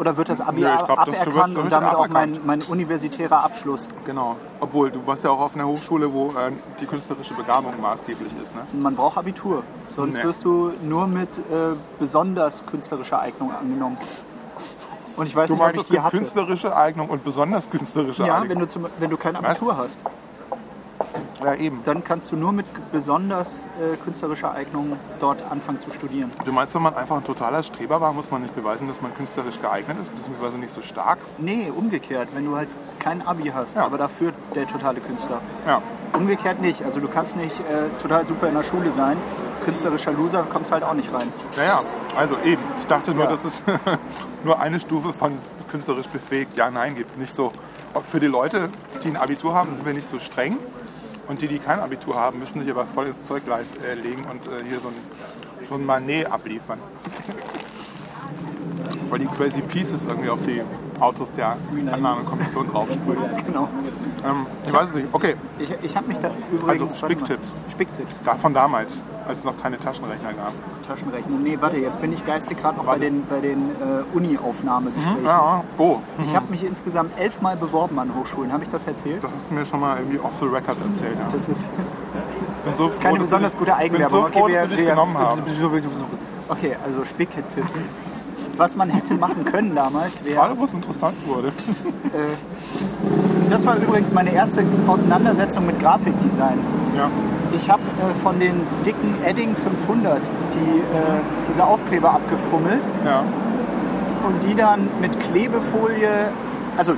[SPEAKER 1] Oder wird das Abi
[SPEAKER 2] Nö, ich
[SPEAKER 1] ab-
[SPEAKER 2] glaub, das- du wirst
[SPEAKER 1] aberkannt und
[SPEAKER 2] damit
[SPEAKER 1] damit auch mein,
[SPEAKER 2] aberkannt.
[SPEAKER 1] mein universitärer Abschluss?
[SPEAKER 2] Genau. Obwohl, du warst ja auch auf einer Hochschule, wo äh, die künstlerische Begabung maßgeblich ist, ne?
[SPEAKER 1] Man braucht Abitur, sonst
[SPEAKER 2] Nee.
[SPEAKER 1] wirst du nur mit äh, besonders künstlerischer Eignung angenommen. Und ich weiß
[SPEAKER 2] Du
[SPEAKER 1] nicht, ob ich
[SPEAKER 2] meinst
[SPEAKER 1] die
[SPEAKER 2] mit
[SPEAKER 1] hatte.
[SPEAKER 2] künstlerische Eignung und besonders künstlerische
[SPEAKER 1] Ja, wenn
[SPEAKER 2] Eignung.
[SPEAKER 1] du, zum, wenn du kein Abitur hast, genau.
[SPEAKER 2] ja, eben.
[SPEAKER 1] dann kannst du nur mit besonders äh, künstlerischer Eignung dort anfangen zu studieren.
[SPEAKER 2] Du meinst, wenn man einfach ein totaler Streber war, muss man nicht beweisen, dass man künstlerisch geeignet ist, beziehungsweise nicht so stark?
[SPEAKER 1] Nee, umgekehrt, wenn du halt kein Abi hast,
[SPEAKER 2] Ja.
[SPEAKER 1] aber dafür der totale Künstler.
[SPEAKER 2] Ja.
[SPEAKER 1] Umgekehrt nicht, also du kannst nicht äh, total super in der Schule sein, künstlerischer Loser kommst halt auch nicht rein. *laughs*
[SPEAKER 2] Ja, ja. Also eben. Ich dachte nur,
[SPEAKER 1] Ja.
[SPEAKER 2] dass es *laughs* nur eine Stufe von künstlerisch befähigt Ja, Nein gibt. Nicht so. Ob Für die Leute, die ein Abitur haben, sind wir nicht so streng. Und die, die kein Abitur haben, müssen sich aber voll ins Zeug leis- äh, legen und äh, hier so ein, so ein Manet abliefern. *laughs* Weil die Crazy Pieces irgendwie auf die Autos der Annahmekommission draufsprühen.
[SPEAKER 1] Genau.
[SPEAKER 2] Ähm, ich weiß es nicht. Okay,
[SPEAKER 1] Ich, ich habe mich da übrigens... warte mal.
[SPEAKER 2] Also Spicktipps.
[SPEAKER 1] Spicktipps.
[SPEAKER 2] da von damals, als es noch keine Taschenrechner gab.
[SPEAKER 1] Taschenrechner. Nee, warte, jetzt bin ich geistig gerade noch bei
[SPEAKER 2] Warte.
[SPEAKER 1] den, bei den äh, Uni-Aufnahmegesprächen.
[SPEAKER 2] Ja, oh,
[SPEAKER 1] Ich habe mich insgesamt elfmal beworben an Hochschulen. Habe ich das erzählt?
[SPEAKER 2] das hast du mir schon mal irgendwie off the record erzählt. Ja.
[SPEAKER 1] Das
[SPEAKER 2] *laughs*
[SPEAKER 1] ist
[SPEAKER 2] Ich bin so froh,
[SPEAKER 1] keine
[SPEAKER 2] dass du
[SPEAKER 1] besonders
[SPEAKER 2] dich-
[SPEAKER 1] gute Eigenwerbung.
[SPEAKER 2] Ich bin so froh, dass wir dich genommen haben.
[SPEAKER 1] Okay, also Spicktipps. Was man hätte machen können damals, wäre
[SPEAKER 2] Gerade wo es interessant wurde.
[SPEAKER 1] Das war übrigens meine erste Auseinandersetzung mit Grafikdesign.
[SPEAKER 2] Ja.
[SPEAKER 1] Ich habe äh, von den dicken Edding 500 die, äh, diese Aufkleber abgefummelt
[SPEAKER 2] ja.
[SPEAKER 1] und die dann mit Klebefolie, also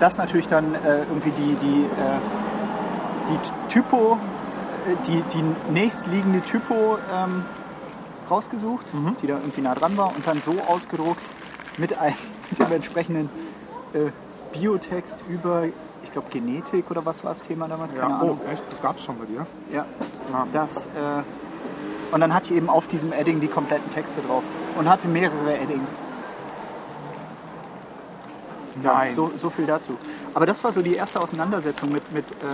[SPEAKER 1] das natürlich dann äh, irgendwie die, die, äh, die Typo, äh, die, die nächstliegende Typo ähm, rausgesucht,
[SPEAKER 2] Mhm.
[SPEAKER 1] die da irgendwie nah dran war und dann so ausgedruckt mit, ein, *laughs* mit dem entsprechenden äh, Biotext über, ich glaube, Genetik oder was war das Thema damals, keine
[SPEAKER 2] ja.
[SPEAKER 1] Ahnung.
[SPEAKER 2] Oh, echt? Das gab es schon bei dir?
[SPEAKER 1] Ja,
[SPEAKER 2] Ja.
[SPEAKER 1] das. Äh, und dann hatte ich eben auf diesem Edding die kompletten Texte drauf und hatte mehrere Eddings. Ja,
[SPEAKER 2] Nein.
[SPEAKER 1] So, so viel dazu. Aber das war so die erste Auseinandersetzung mit, mit äh,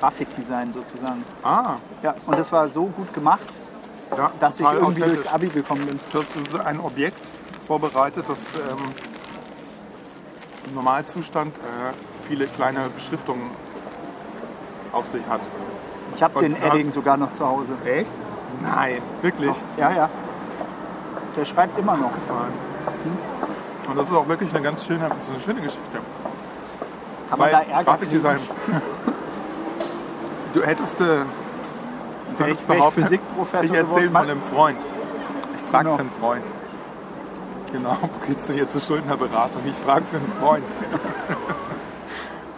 [SPEAKER 1] Grafikdesign sozusagen.
[SPEAKER 2] Ah,
[SPEAKER 1] Ja, und das war so gut gemacht,
[SPEAKER 2] ja,
[SPEAKER 1] dass ich
[SPEAKER 2] total
[SPEAKER 1] irgendwie durchs
[SPEAKER 2] authentisch.
[SPEAKER 1] Abi gekommen bin.
[SPEAKER 2] Du hast so ein Objekt vorbereitet, das ähm, im Normalzustand äh, viele kleine Beschriftungen auf sich hat.
[SPEAKER 1] Ich habe
[SPEAKER 2] Und
[SPEAKER 1] den
[SPEAKER 2] du hast-
[SPEAKER 1] Edding sogar noch zu Hause.
[SPEAKER 2] Echt? Nein, wirklich.
[SPEAKER 1] Ja, ja. Der schreibt immer noch.
[SPEAKER 2] Fahren. Und das ist auch wirklich eine ganz schöne, so eine schöne Geschichte.
[SPEAKER 1] Kann man
[SPEAKER 2] Weil
[SPEAKER 1] da Ärger kriegen?
[SPEAKER 2] Grafikdesign. Du hättest, äh,
[SPEAKER 1] Wär
[SPEAKER 2] hättest
[SPEAKER 1] ich, wär ich
[SPEAKER 2] behauptet- ich
[SPEAKER 1] Physikprofessor
[SPEAKER 2] erzähle
[SPEAKER 1] geworden.
[SPEAKER 2] von einem Freund. Ich frage
[SPEAKER 1] Genau.
[SPEAKER 2] für einen Freund. Genau, *laughs* wo geht's denn jetzt zur Schuldnerberatung? Ich frage für einen Freund.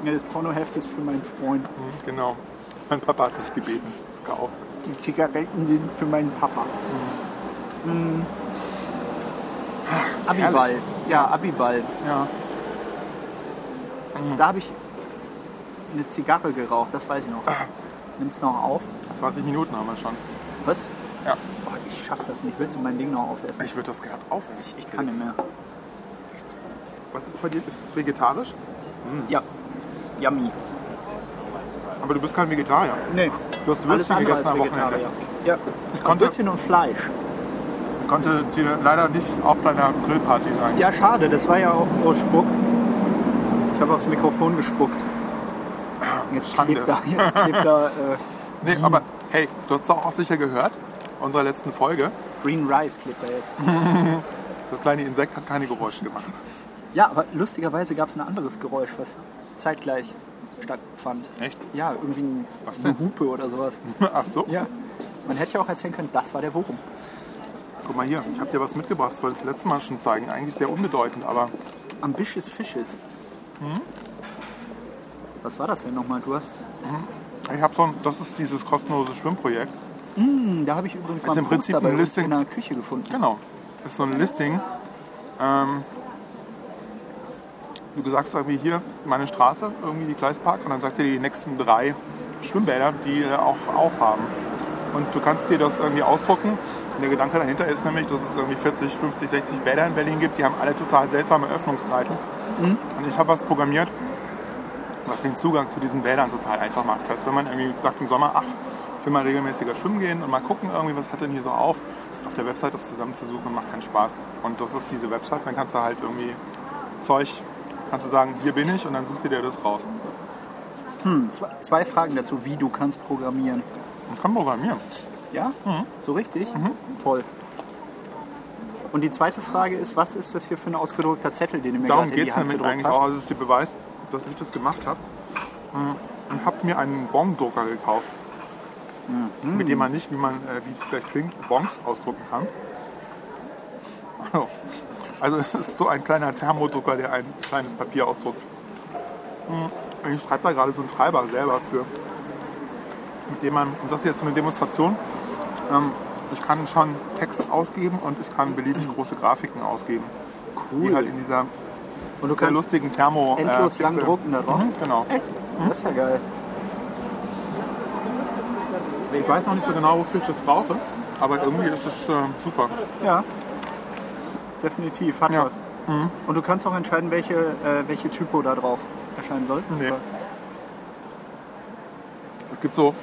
[SPEAKER 1] Ja, das Pornoheft ist für meinen Freund.
[SPEAKER 2] Genau. Mein Papa hat mich gebeten, es kaufen.
[SPEAKER 1] Die Zigaretten sind für meinen Papa. Mhm. Abiball. Ja, Abiball.
[SPEAKER 2] Ja.
[SPEAKER 1] Da habe ich eine Zigarre geraucht, das weiß ich noch. Nimm's noch auf.
[SPEAKER 2] 20 Minuten haben wir schon.
[SPEAKER 1] Was?
[SPEAKER 2] Ja.
[SPEAKER 1] Oh, ich schaff das nicht. Willst du mein Ding noch aufessen?
[SPEAKER 2] Ich würde das gerade aufessen.
[SPEAKER 1] Ich kann nicht mehr.
[SPEAKER 2] Was ist bei dir? Ist es vegetarisch?
[SPEAKER 1] Ja. Yummy.
[SPEAKER 2] Aber du bist kein Vegetarier.
[SPEAKER 1] Nee.
[SPEAKER 2] Du hast
[SPEAKER 1] Alles
[SPEAKER 2] Würstchen
[SPEAKER 1] andere
[SPEAKER 2] gegessen
[SPEAKER 1] als
[SPEAKER 2] am Wochenende.
[SPEAKER 1] Vegetarier. Ja.
[SPEAKER 2] Ich
[SPEAKER 1] Ein
[SPEAKER 2] konnte,
[SPEAKER 1] bisschen und Fleisch.
[SPEAKER 2] konnte dir leider nicht auf deiner Grillparty sein.
[SPEAKER 1] Ja, schade. Das war ja auch oh, Spuck. Ich habe aufs Mikrofon gespuckt. Jetzt
[SPEAKER 2] Schande.
[SPEAKER 1] klebt da, jetzt klebt da äh,
[SPEAKER 2] *laughs* Nee, aber hey, du hast doch auch sicher gehört, unserer letzten Folge,
[SPEAKER 1] Green Rice klebt da jetzt.
[SPEAKER 2] das kleine Insekt hat keine Geräusche gemacht.
[SPEAKER 1] Ja, aber lustigerweise gab es ein anderes Geräusch, was zeitgleich stattfand.
[SPEAKER 2] Echt?
[SPEAKER 1] Ja, irgendwie ein,
[SPEAKER 2] Was
[SPEAKER 1] eine
[SPEAKER 2] denn?
[SPEAKER 1] Hupe oder sowas.
[SPEAKER 2] *laughs* Ach so?
[SPEAKER 1] Ja. Man hätte ja auch erzählen können, das war der Wurm.
[SPEAKER 2] Guck mal hier, ich habe dir was mitgebracht, das wollte ich das letzte Mal schon zeigen. Eigentlich sehr unbedeutend, aber
[SPEAKER 1] Ambitious Fishes.
[SPEAKER 2] Hm?
[SPEAKER 1] Was war das denn nochmal? Du hast.
[SPEAKER 2] ich habe so ein, das ist dieses kostenlose Schwimmprojekt.
[SPEAKER 1] Hm, Da habe ich übrigens mal
[SPEAKER 2] Ist
[SPEAKER 1] ein
[SPEAKER 2] Also im Prinzip
[SPEAKER 1] Poster bei
[SPEAKER 2] ein
[SPEAKER 1] uns
[SPEAKER 2] Listing.
[SPEAKER 1] in der Küche gefunden.
[SPEAKER 2] Genau. Das ist so ein Listing. Ähm, du sagst irgendwie hier meine Straße, irgendwie die Gleispark und dann sagt er die nächsten drei Schwimmbäder, die äh, auch aufhaben. Und du kannst dir das irgendwie ausdrucken. Und der Gedanke dahinter ist nämlich, dass es irgendwie 40, 50, 60 Bäder in Berlin gibt, die haben alle total seltsame Öffnungszeiten. Und ich habe was programmiert, was den Zugang zu diesen Bädern total einfach macht. Das heißt, wenn man irgendwie sagt im Sommer, ach, ich will mal regelmäßiger schwimmen gehen und mal gucken, irgendwie, was hat denn hier so auf, auf der Website das zusammenzusuchen, macht keinen Spaß. Und das ist diese Website, dann kannst du halt irgendwie Zeug, kannst du sagen, hier bin ich und dann sucht dir der das raus.
[SPEAKER 1] Hm, zwei, zwei Fragen dazu, wie du kannst programmieren.
[SPEAKER 2] Man kann programmieren.
[SPEAKER 1] Ja?
[SPEAKER 2] Mhm.
[SPEAKER 1] So richtig? Toll. Und die zweite Frage ist, was ist das hier für ein ausgedruckter Zettel, den du mir
[SPEAKER 2] Darum
[SPEAKER 1] gerade in
[SPEAKER 2] geht
[SPEAKER 1] die
[SPEAKER 2] es
[SPEAKER 1] Hand
[SPEAKER 2] nämlich
[SPEAKER 1] gedruckt
[SPEAKER 2] eigentlich
[SPEAKER 1] hast?
[SPEAKER 2] auch. Das ist der Beweis, dass ich das gemacht habe. Ich habe mir einen Bongdrucker gekauft, mit dem man nicht, wie man, äh, wie es vielleicht klingt, Bons ausdrucken kann. *laughs* Also es ist so ein kleiner Thermodrucker, der ein kleines Papier ausdruckt. Hm, Ich schreibe da gerade so einen Treiber selber für, mit dem man, und das hier ist so eine Demonstration, ähm, ich kann schon Text ausgeben und ich kann beliebig große Grafiken ausgeben. Die
[SPEAKER 1] Cool.
[SPEAKER 2] halt in dieser
[SPEAKER 1] Und du
[SPEAKER 2] sehr
[SPEAKER 1] kannst
[SPEAKER 2] lustigen Thermo.
[SPEAKER 1] endlos
[SPEAKER 2] äh,
[SPEAKER 1] lang
[SPEAKER 2] Pixel.
[SPEAKER 1] drucken da drauf.
[SPEAKER 2] Mhm, genau.
[SPEAKER 1] Echt? Das ist ja geil.
[SPEAKER 2] Ich weiß noch nicht so genau, wofür ich das brauche, aber irgendwie ist es äh, super.
[SPEAKER 1] Ja. Definitiv, hat
[SPEAKER 2] Ja. Mhm.
[SPEAKER 1] was. Und du kannst auch entscheiden, welche, äh, welche Typo da drauf erscheinen sollten.
[SPEAKER 2] Nee. Es gibt so,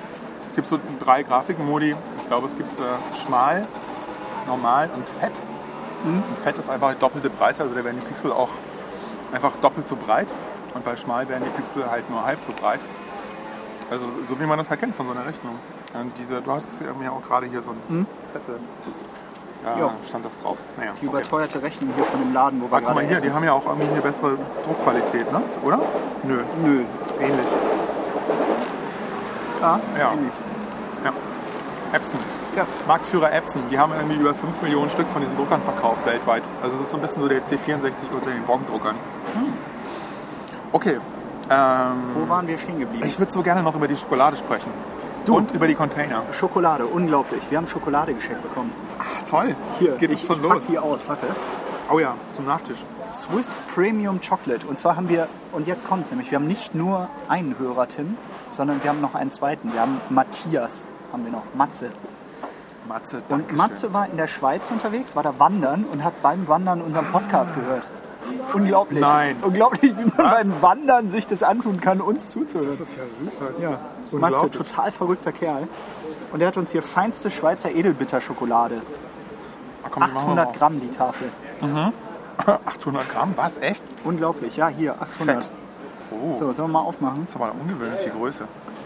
[SPEAKER 2] es gibt so drei Grafikmodi. Ich glaube, es gibt äh, schmal, normal und fett.
[SPEAKER 1] Mhm.
[SPEAKER 2] Und fett ist einfach doppelte Breite, also da werden die Pixel auch einfach doppelt so breit. Und bei schmal werden die Pixel halt nur halb so breit. Also so wie man das halt kennt von so einer Rechnung. Und diese, du hast mir auch gerade hier so ein
[SPEAKER 1] Mhm.
[SPEAKER 2] Zettel. Ja,
[SPEAKER 1] Ja.
[SPEAKER 2] stand das drauf. Naja,
[SPEAKER 1] Die überteuerte Rechnung hier von dem Laden, wo wir
[SPEAKER 2] Warte
[SPEAKER 1] gerade
[SPEAKER 2] mal hier,
[SPEAKER 1] essen.
[SPEAKER 2] die haben ja auch irgendwie eine bessere Druckqualität, ne? oder? Nö,
[SPEAKER 1] Nö,
[SPEAKER 2] ähnlich.
[SPEAKER 1] ja, ist
[SPEAKER 2] Ja.
[SPEAKER 1] ähnlich.
[SPEAKER 2] Ja. Epson.
[SPEAKER 1] Ja.
[SPEAKER 2] Marktführer Epson, die haben irgendwie über 5 Millionen Stück von diesen Druckern verkauft weltweit. Also es ist so ein bisschen so der C64 unter den Bon-Druckern.
[SPEAKER 1] Hm.
[SPEAKER 2] Okay. Ähm,
[SPEAKER 1] Wo waren wir stehen geblieben?
[SPEAKER 2] ich würde so gerne noch über die Schokolade sprechen.
[SPEAKER 1] Du.
[SPEAKER 2] Und über die Container.
[SPEAKER 1] Schokolade, unglaublich. Wir haben Schokolade geschenkt bekommen.
[SPEAKER 2] Ach, toll.
[SPEAKER 1] Hier,
[SPEAKER 2] geht
[SPEAKER 1] ich,
[SPEAKER 2] es schon
[SPEAKER 1] ich pack
[SPEAKER 2] los.
[SPEAKER 1] die aus, warte.
[SPEAKER 2] Oh ja, zum Nachtisch.
[SPEAKER 1] Swiss Premium Chocolate. Und zwar haben wir, und jetzt kommt es nämlich, wir haben nicht nur einen Hörer, Tim, sondern wir haben noch einen zweiten. Wir haben Matthias, haben wir noch, Matze.
[SPEAKER 2] Matze,
[SPEAKER 1] Und
[SPEAKER 2] Dankeschön.
[SPEAKER 1] Matze war in der Schweiz unterwegs, war da wandern und hat beim Wandern unseren Podcast gehört. Unglaublich.
[SPEAKER 2] Ah. Nein.
[SPEAKER 1] Unglaublich, wie man beim Wandern sich das antun kann, uns zuzuhören.
[SPEAKER 2] Das ist ja super.
[SPEAKER 1] Ja. Matze,
[SPEAKER 2] Unglaublich.
[SPEAKER 1] total verrückter Kerl. Und er hat uns hier feinste Schweizer Edelbitterschokolade.
[SPEAKER 2] Ach, Ah, komm, die machen wir
[SPEAKER 1] 800 Gramm die Tafel.
[SPEAKER 2] mal auf. 800 Gramm? Was? Echt?
[SPEAKER 1] Unglaublich, ja, hier, 800.
[SPEAKER 2] Fett. Oh,
[SPEAKER 1] So, sollen wir mal aufmachen?
[SPEAKER 2] das ist aber eine ungewöhnliche Größe.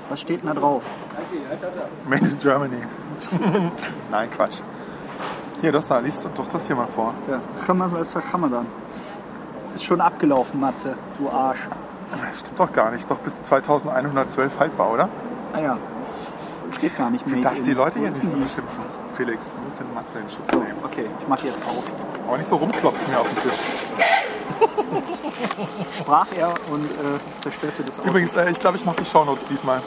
[SPEAKER 1] Was steht denn da drauf?
[SPEAKER 2] Made
[SPEAKER 1] *laughs*
[SPEAKER 2] in Germany. Nein, Quatsch. Hier, das da, liest doch das hier mal vor.
[SPEAKER 1] Der Hammer, was ist Ramadan? Ist schon abgelaufen, Matze, du Arsch.
[SPEAKER 2] Das stimmt doch gar nicht. Ist doch bis 2112 haltbar, oder?
[SPEAKER 1] Ah ja, steht gar nicht mehr.
[SPEAKER 2] Du darfst die Leute
[SPEAKER 1] Wo
[SPEAKER 2] hier
[SPEAKER 1] ist
[SPEAKER 2] nicht so
[SPEAKER 1] denn die?
[SPEAKER 2] beschimpfen. Felix, du musst den Matze in Schutz
[SPEAKER 1] So,
[SPEAKER 2] nehmen.
[SPEAKER 1] okay, ich mach jetzt auf.
[SPEAKER 2] Auch nicht so rumklopfen hier auf den Tisch.
[SPEAKER 1] Sprach er und äh, zerstörte das Auto.
[SPEAKER 2] Übrigens, äh, ich glaube, ich mache die Shownotes diesmal.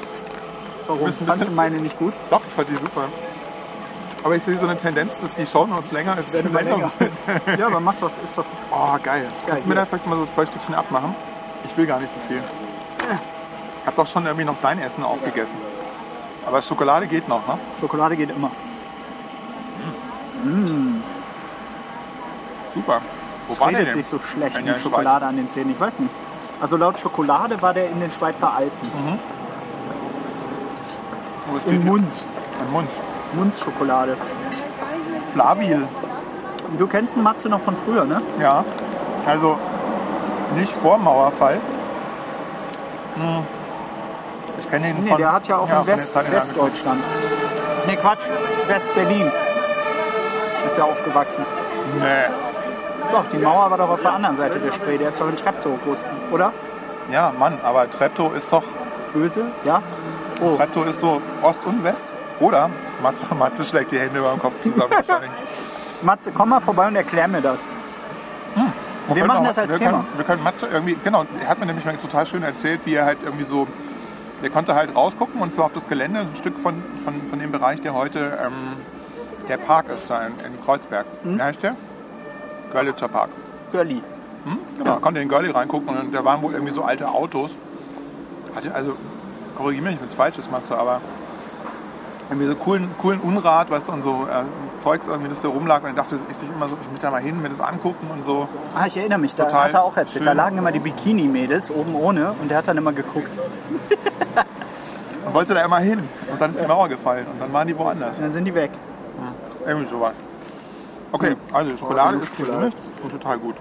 [SPEAKER 1] Warum?
[SPEAKER 2] müssen-
[SPEAKER 1] Fandst du meine nicht gut?
[SPEAKER 2] Doch, ich fand die super. Aber ich sehe so eine Tendenz, dass die Shownotes länger als die Sendung sind.
[SPEAKER 1] ja, aber mach doch, ist doch...
[SPEAKER 2] Oh, geil. Kannst du mir
[SPEAKER 1] hier.
[SPEAKER 2] da vielleicht mal so zwei Stückchen abmachen? Ich will gar nicht so viel.
[SPEAKER 1] Äh.
[SPEAKER 2] Ich habe doch schon irgendwie noch dein Essen aufgegessen. Aber Schokolade geht noch, ne?
[SPEAKER 1] Schokolade geht immer.
[SPEAKER 2] Super.
[SPEAKER 1] Es
[SPEAKER 2] waren die
[SPEAKER 1] redet
[SPEAKER 2] denn?
[SPEAKER 1] sich so schlecht
[SPEAKER 2] Wenn
[SPEAKER 1] mit
[SPEAKER 2] ja in
[SPEAKER 1] Schokolade an den Zähnen, ich weiß nicht. Also laut Schokolade war der in den Schweizer Alpen.
[SPEAKER 2] Schweiz. Wo ist
[SPEAKER 1] Im
[SPEAKER 2] die-
[SPEAKER 1] Mund.
[SPEAKER 2] Im Mund.
[SPEAKER 1] Mundschokolade.
[SPEAKER 2] Flabil.
[SPEAKER 1] Du kennst Matze noch von früher, ne?
[SPEAKER 2] Ja. Also nicht vor Mauerfall. Hm. Ich kenne ihn
[SPEAKER 1] Nee,
[SPEAKER 2] von,
[SPEAKER 1] der hat ja auch in
[SPEAKER 2] von der
[SPEAKER 1] West
[SPEAKER 2] Zeit der Angestellten.
[SPEAKER 1] Westdeutschland. Nee, Quatsch, West-Berlin ist er aufgewachsen.
[SPEAKER 2] Nee.
[SPEAKER 1] Doch, die Mauer war doch auf der anderen Seite der Spree. Der ist doch in Treptow groß, oder?
[SPEAKER 2] Ja, Mann, aber Treptow ist doch
[SPEAKER 1] Böse, ja? Oh,
[SPEAKER 2] Treptow ist so Ost und West. Oder Matze, Matze schlägt die Hände über den Kopf zusammen. wahrscheinlich.
[SPEAKER 1] Matze, komm mal vorbei und erklär mir das. Wir
[SPEAKER 2] können
[SPEAKER 1] machen
[SPEAKER 2] auch-
[SPEAKER 1] das als
[SPEAKER 2] wir
[SPEAKER 1] Thema.
[SPEAKER 2] Können, wir können Matze irgendwie, genau, er hat mir nämlich mal total schön erzählt, wie er halt irgendwie so, der konnte halt rausgucken und zwar auf das Gelände, ein Stück von, von, von dem Bereich, der heute ähm, der Park ist, da in, in Kreuzberg.
[SPEAKER 1] Mhm.
[SPEAKER 2] Wie heißt der? Görlitzer Park.
[SPEAKER 1] Görli.
[SPEAKER 2] Genau, konnte in Görli reingucken und da waren wohl irgendwie so alte Autos. Hatte, also, korrigiere mich, wenn es falsch ist, Matze, aber irgendwie so coolen, coolen Unrat, weißt du, und so äh, Zeugs irgendwie, das da rumlag und ich dachte ich sich immer so, ich mich da mal hin, mir das angucken und so.
[SPEAKER 1] Ah, ich erinnere mich, da
[SPEAKER 2] Total
[SPEAKER 1] hat er auch erzählt. Da
[SPEAKER 2] schön.
[SPEAKER 1] lagen immer die Bikini-Mädels oben ohne und der hat dann immer geguckt.
[SPEAKER 2] Und wollte da immer hin und dann ist die Mauer gefallen und dann waren die woanders.
[SPEAKER 1] Und dann sind die weg.
[SPEAKER 2] Irgendwie sowas. Okay, also die Schokolade ist gemischt und total gut.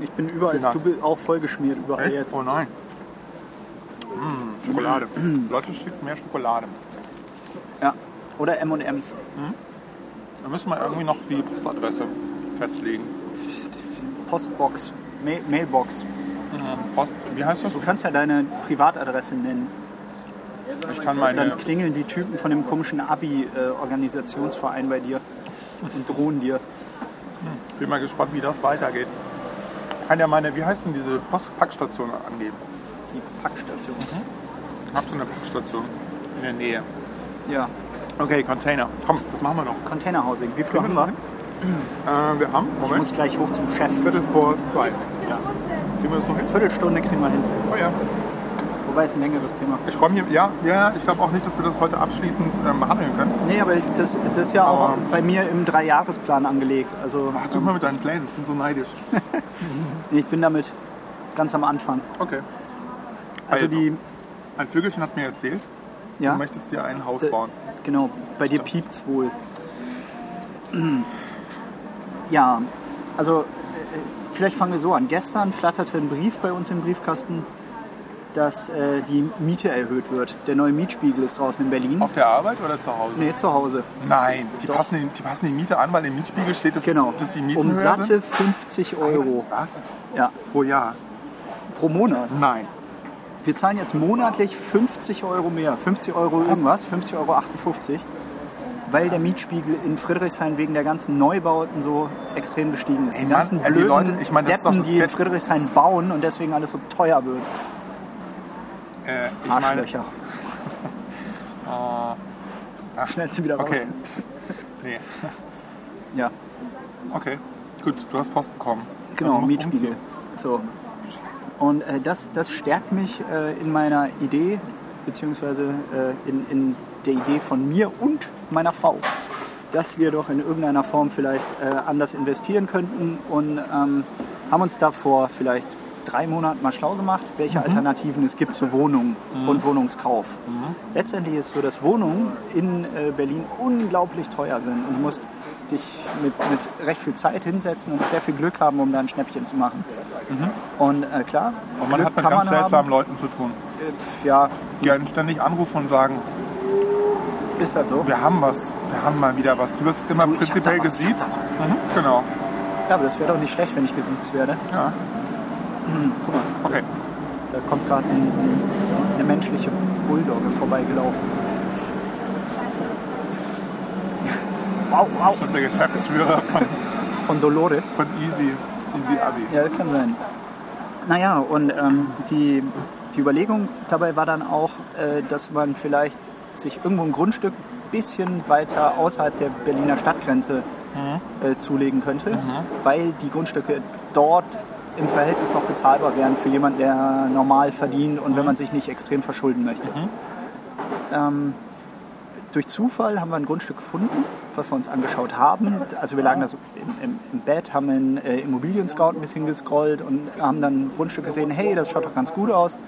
[SPEAKER 1] Ich bin überall,
[SPEAKER 2] Vielen Dank.
[SPEAKER 1] du bist auch vollgeschmiert überall jetzt.
[SPEAKER 2] Oh nein. Mmh,
[SPEAKER 1] *clears throat*
[SPEAKER 2] Schokolade. Leute, schickt mehr Schokolade.
[SPEAKER 1] Ja. Oder M&M's.
[SPEAKER 2] Da müssen wir irgendwie noch die Postadresse festlegen.
[SPEAKER 1] Postbox. Ma Mailbox.
[SPEAKER 2] Post, wie heißt das?
[SPEAKER 1] Du kannst ja deine Privatadresse nennen.
[SPEAKER 2] Ich kann
[SPEAKER 1] Dann
[SPEAKER 2] meine.
[SPEAKER 1] klingeln die Typen von dem komischen Abi-Organisationsverein bei dir und drohen dir.
[SPEAKER 2] Ich bin mal gespannt, wie das weitergeht. Ich kann ja meine, wie heißt denn diese Postpackstation angeben?
[SPEAKER 1] Die Packstation.
[SPEAKER 2] Mhm. Ich habe so eine Packstation in der Nähe.
[SPEAKER 1] Ja.
[SPEAKER 2] Okay, Container. Komm, das machen wir noch.
[SPEAKER 1] Containerhousing. Wie viel haben wir?
[SPEAKER 2] Äh, wir haben,
[SPEAKER 1] Ich muss
[SPEAKER 2] Moment,
[SPEAKER 1] gleich hoch zum Chef.
[SPEAKER 2] Viertel vor zwei. Ja. Gehen wir das noch hin?
[SPEAKER 1] Viertelstunde kriegen wir hin.
[SPEAKER 2] Oh ja.
[SPEAKER 1] Wobei ist ein längeres Thema.
[SPEAKER 2] Ich räume hier, ja, ja, ich glaube auch nicht, dass wir das heute abschließend ähm, behandeln können.
[SPEAKER 1] Nee, aber das, das ist ja auch
[SPEAKER 2] Aber-
[SPEAKER 1] bei mir im Dreijahresplan angelegt. Also
[SPEAKER 2] Ach, tu mal Ah, mit deinen Plänen, ich bin so neidisch.
[SPEAKER 1] nee, ich bin damit ganz am Anfang.
[SPEAKER 2] Okay.
[SPEAKER 1] Also, Ah. die.
[SPEAKER 2] ein Vögelchen hat mir erzählt,
[SPEAKER 1] Ja,
[SPEAKER 2] du möchtest dir ein Haus
[SPEAKER 1] d-
[SPEAKER 2] bauen.
[SPEAKER 1] genau. Bei dir
[SPEAKER 2] Stimmt's.
[SPEAKER 1] piept's wohl. *clears throat* Ja, also äh, vielleicht fangen wir so an. Gestern flatterte ein Brief bei uns im Briefkasten, dass äh, die Miete erhöht wird. Der neue Mietspiegel ist draußen in Berlin.
[SPEAKER 2] Auf der Arbeit oder zu Hause?
[SPEAKER 1] Nee, zu Hause.
[SPEAKER 2] Nein, die
[SPEAKER 1] Doch.
[SPEAKER 2] passen, den, die passen die Miete an, weil im Mietspiegel steht, dass,
[SPEAKER 1] Genau.
[SPEAKER 2] dass die Mieten
[SPEAKER 1] um
[SPEAKER 2] höher
[SPEAKER 1] satte
[SPEAKER 2] sind.
[SPEAKER 1] 50 Euro.
[SPEAKER 2] Was?
[SPEAKER 1] Ja,
[SPEAKER 2] Pro Jahr?
[SPEAKER 1] pro Monat.
[SPEAKER 2] Nein.
[SPEAKER 1] Wir zahlen jetzt monatlich 50 Euro mehr. 50 Euro irgendwas, 50,58 Euro. Weil der Mietspiegel in Friedrichshain wegen der ganzen Neubauten so extrem gestiegen ist.
[SPEAKER 2] Ey,
[SPEAKER 1] die
[SPEAKER 2] Mann,
[SPEAKER 1] ganzen
[SPEAKER 2] ey, die
[SPEAKER 1] blöden
[SPEAKER 2] Leute, ich meine, das ist doch
[SPEAKER 1] Deppen,
[SPEAKER 2] das
[SPEAKER 1] die in
[SPEAKER 2] Fett-
[SPEAKER 1] Friedrichshain bauen und deswegen alles so teuer wird.
[SPEAKER 2] Äh, ich meine, Ah.
[SPEAKER 1] Arschlöcher. Schnell sie wieder raus.
[SPEAKER 2] okay. *laughs* nee.
[SPEAKER 1] Ja,
[SPEAKER 2] Okay, gut, du hast Post bekommen.
[SPEAKER 1] genau,
[SPEAKER 2] Du musst
[SPEAKER 1] Mietspiegel. So. Und äh, das, das stärkt mich äh, in meiner Idee, beziehungsweise äh, in, in der Idee von mir und meiner Frau, dass wir doch in irgendeiner Form vielleicht äh, anders investieren könnten und ähm, haben uns davor vielleicht drei Monaten mal schlau gemacht, welche Alternativen es gibt zu Wohnungen und Wohnungskauf. Letztendlich ist es so, dass Wohnungen in äh, Berlin unglaublich teuer sind und du musst dich mit, mit recht viel Zeit hinsetzen und sehr viel Glück haben, um da ein Schnäppchen zu machen. Und äh, klar,
[SPEAKER 2] Und man
[SPEAKER 1] Glück
[SPEAKER 2] hat mit
[SPEAKER 1] kann
[SPEAKER 2] ganz
[SPEAKER 1] man haben.
[SPEAKER 2] seltsamen Leuten zu tun,
[SPEAKER 1] Äh, pf, Ja,
[SPEAKER 2] die einen ständig anrufen und sagen,
[SPEAKER 1] ist halt so.
[SPEAKER 2] wir haben was, wir haben mal wieder was. Du wirst immer
[SPEAKER 1] Du, ich hab
[SPEAKER 2] prinzipiell
[SPEAKER 1] da was, ich hab
[SPEAKER 2] gesiezt.
[SPEAKER 1] da was.
[SPEAKER 2] Mhm, genau,
[SPEAKER 1] Ja, aber das wäre doch nicht schlecht, wenn ich gesiezt werde.
[SPEAKER 2] ja. Okay,
[SPEAKER 1] Da kommt gerade ein, eine menschliche Bulldogge vorbeigelaufen. Wow, wow.
[SPEAKER 2] ich bin der Geschäftsführer von,
[SPEAKER 1] Von Dolores.
[SPEAKER 2] von Easy, Easy Abi.
[SPEAKER 1] Ja, kann sein. Naja, und ähm, die, die Überlegung dabei war dann auch, äh, dass man vielleicht sich irgendwo ein Grundstück ein bisschen weiter außerhalb der Berliner Stadtgrenze äh, zulegen könnte, weil die Grundstücke dort im Verhältnis noch bezahlbar wären für jemanden, der normal verdient und wenn man sich nicht extrem verschulden möchte. Ähm, durch Zufall haben wir ein Grundstück gefunden, was wir uns angeschaut haben. Also wir lagen da so im, im, im Bett, haben in äh, Immobilien-Scout ein bisschen gescrollt und haben dann ein Grundstück gesehen, hey, das schaut doch ganz gut aus.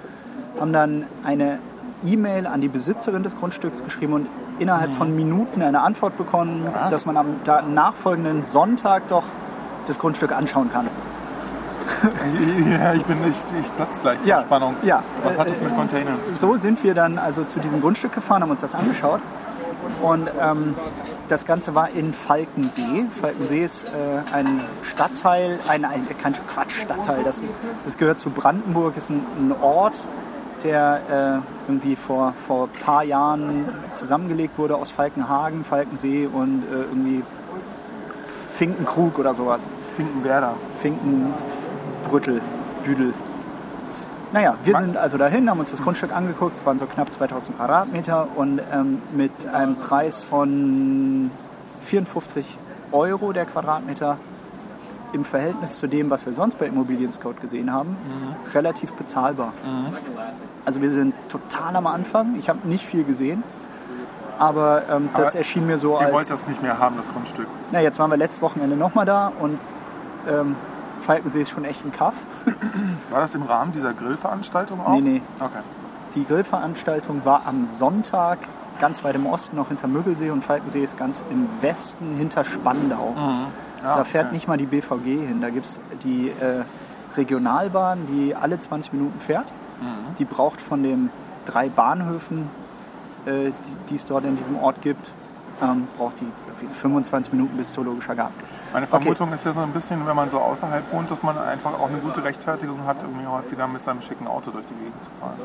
[SPEAKER 1] Haben dann eine E-Mail an die Besitzerin des Grundstücks geschrieben und innerhalb von Minuten eine Antwort bekommen, dass man am da- nachfolgenden Sonntag doch das Grundstück anschauen kann.
[SPEAKER 2] ja, ich bin nicht, ich platz gleich vor
[SPEAKER 1] Ja,
[SPEAKER 2] Spannung.
[SPEAKER 1] ja.
[SPEAKER 2] Was hat
[SPEAKER 1] Äh,
[SPEAKER 2] das mit Containern zu tun?
[SPEAKER 1] so sind wir dann also zu diesem Grundstück gefahren, haben uns das angeschaut. Und ähm, das Ganze war in Falkensee. Falkensee ist äh, ein Stadtteil, ein, ein kein Quatsch-Stadtteil. Das, das gehört zu Brandenburg, ist ein, ein Ort, der äh, irgendwie vor vor ein paar Jahren zusammengelegt wurde aus Falkenhagen, Falkensee und äh, irgendwie Finkenkrug oder sowas.
[SPEAKER 2] Finkenwerder.
[SPEAKER 1] Finken, Brüttel, Büdel. Naja, wir sind also dahin, haben uns das Grundstück angeguckt, es waren so knapp 2000 Quadratmeter und ähm, mit einem Preis von 54 Euro der Quadratmeter im Verhältnis zu dem, was wir sonst bei Immobilien Scout gesehen haben,
[SPEAKER 2] Mhm.
[SPEAKER 1] relativ bezahlbar. Also wir sind total am Anfang, ich habe nicht viel gesehen, aber ähm, das
[SPEAKER 2] Aber
[SPEAKER 1] erschien mir so
[SPEAKER 2] Ihr
[SPEAKER 1] als...
[SPEAKER 2] wollt das nicht mehr haben, das Grundstück.
[SPEAKER 1] Na, jetzt waren wir letztes Wochenende nochmal da und ähm, Falkensee ist schon echt ein Kaff.
[SPEAKER 2] War das im Rahmen dieser Grillveranstaltung auch?
[SPEAKER 1] Nee, nee.
[SPEAKER 2] Okay.
[SPEAKER 1] Die Grillveranstaltung war am Sonntag ganz weit im Osten, noch hinter Müggelsee und Falkensee ist ganz im Westen hinter Spandau.
[SPEAKER 2] Ja,
[SPEAKER 1] da fährt
[SPEAKER 2] okay.
[SPEAKER 1] nicht mal die BVG hin. Da gibt es die äh, Regionalbahn, die alle 20 Minuten fährt. Die braucht von den drei Bahnhöfen, äh, die die es dort in diesem Ort gibt, ähm, braucht die irgendwie 25 Minuten bis Zoologischer Garten.
[SPEAKER 2] Meine Vermutung ist ja so ein bisschen, wenn man so außerhalb wohnt, dass man einfach auch eine gute Rechtfertigung hat, irgendwie häufiger mit seinem schicken Auto durch die Gegend zu fahren.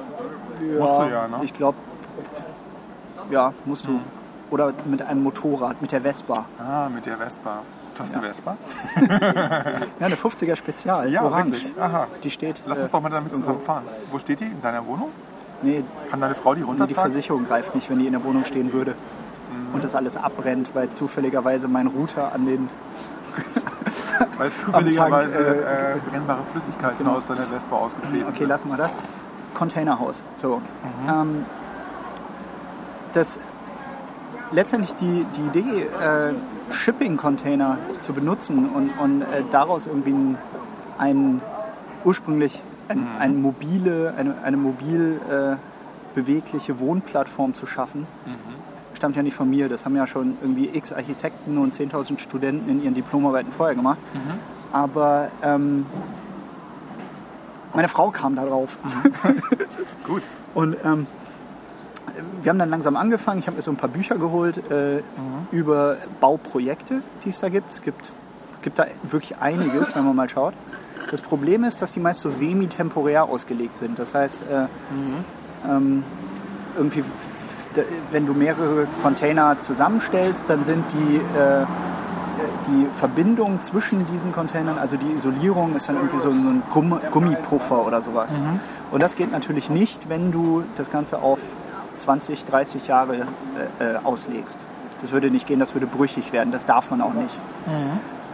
[SPEAKER 2] Musst du ja, ne?
[SPEAKER 1] Ich glaube, ja, musst du. Oder mit einem Motorrad, mit der Vespa.
[SPEAKER 2] Ah, mit der Vespa. Du hast eine Vespa?
[SPEAKER 1] Ja, eine 50er Spezial,
[SPEAKER 2] Ja,
[SPEAKER 1] orange.
[SPEAKER 2] wirklich. Aha.
[SPEAKER 1] Die steht.
[SPEAKER 2] Lass
[SPEAKER 1] äh,
[SPEAKER 2] uns doch mal damit
[SPEAKER 1] irgendwo.
[SPEAKER 2] zusammen fahren. Wo steht die? In deiner Wohnung?
[SPEAKER 1] Nee,
[SPEAKER 2] Kann deine Frau die
[SPEAKER 1] nee, die
[SPEAKER 2] runtertragen?
[SPEAKER 1] Versicherung greift nicht, wenn die in der Wohnung stehen würde.
[SPEAKER 2] Mhm.
[SPEAKER 1] Und das alles abbrennt, weil zufälligerweise mein Router an den. *laughs*
[SPEAKER 2] Weil zufälligerweise
[SPEAKER 1] Am Tank,
[SPEAKER 2] äh, brennbare Flüssigkeiten aus deiner Vespa ausgetreten
[SPEAKER 1] genau. Okay,
[SPEAKER 2] sind.
[SPEAKER 1] lassen wir das. Containerhaus. So. Ähm, das letztendlich die, die Idee, äh, Shipping-Container zu benutzen und, und äh, daraus irgendwie ein, ein ursprünglich ein, ein mobile, eine, eine mobil äh, bewegliche Wohnplattform zu schaffen, stammt ja nicht von mir. Das haben ja schon irgendwie x Architekten und 10.000 Studenten in ihren Diplomarbeiten vorher gemacht. Aber ähm, meine Frau kam da drauf.
[SPEAKER 2] Gut.
[SPEAKER 1] Und ähm, wir haben dann langsam angefangen. Ich habe mir so ein paar Bücher geholt äh, über Bauprojekte, die es da gibt. Es gibt, gibt da wirklich einiges, wenn man mal schaut. Das Problem ist, dass die meist so semi-temporär ausgelegt sind. Das heißt, äh, ähm, irgendwie, f- d- wenn du mehrere Container zusammenstellst, dann sind die, äh, die Verbindung zwischen diesen Containern, also die Isolierung, ist dann irgendwie so, so ein Gumm Gummipuffer oder sowas. Und das geht natürlich nicht, wenn du das Ganze auf 20, 30 Jahre äh, äh, auslegst. Das würde nicht gehen, das würde brüchig werden, das darf man auch nicht.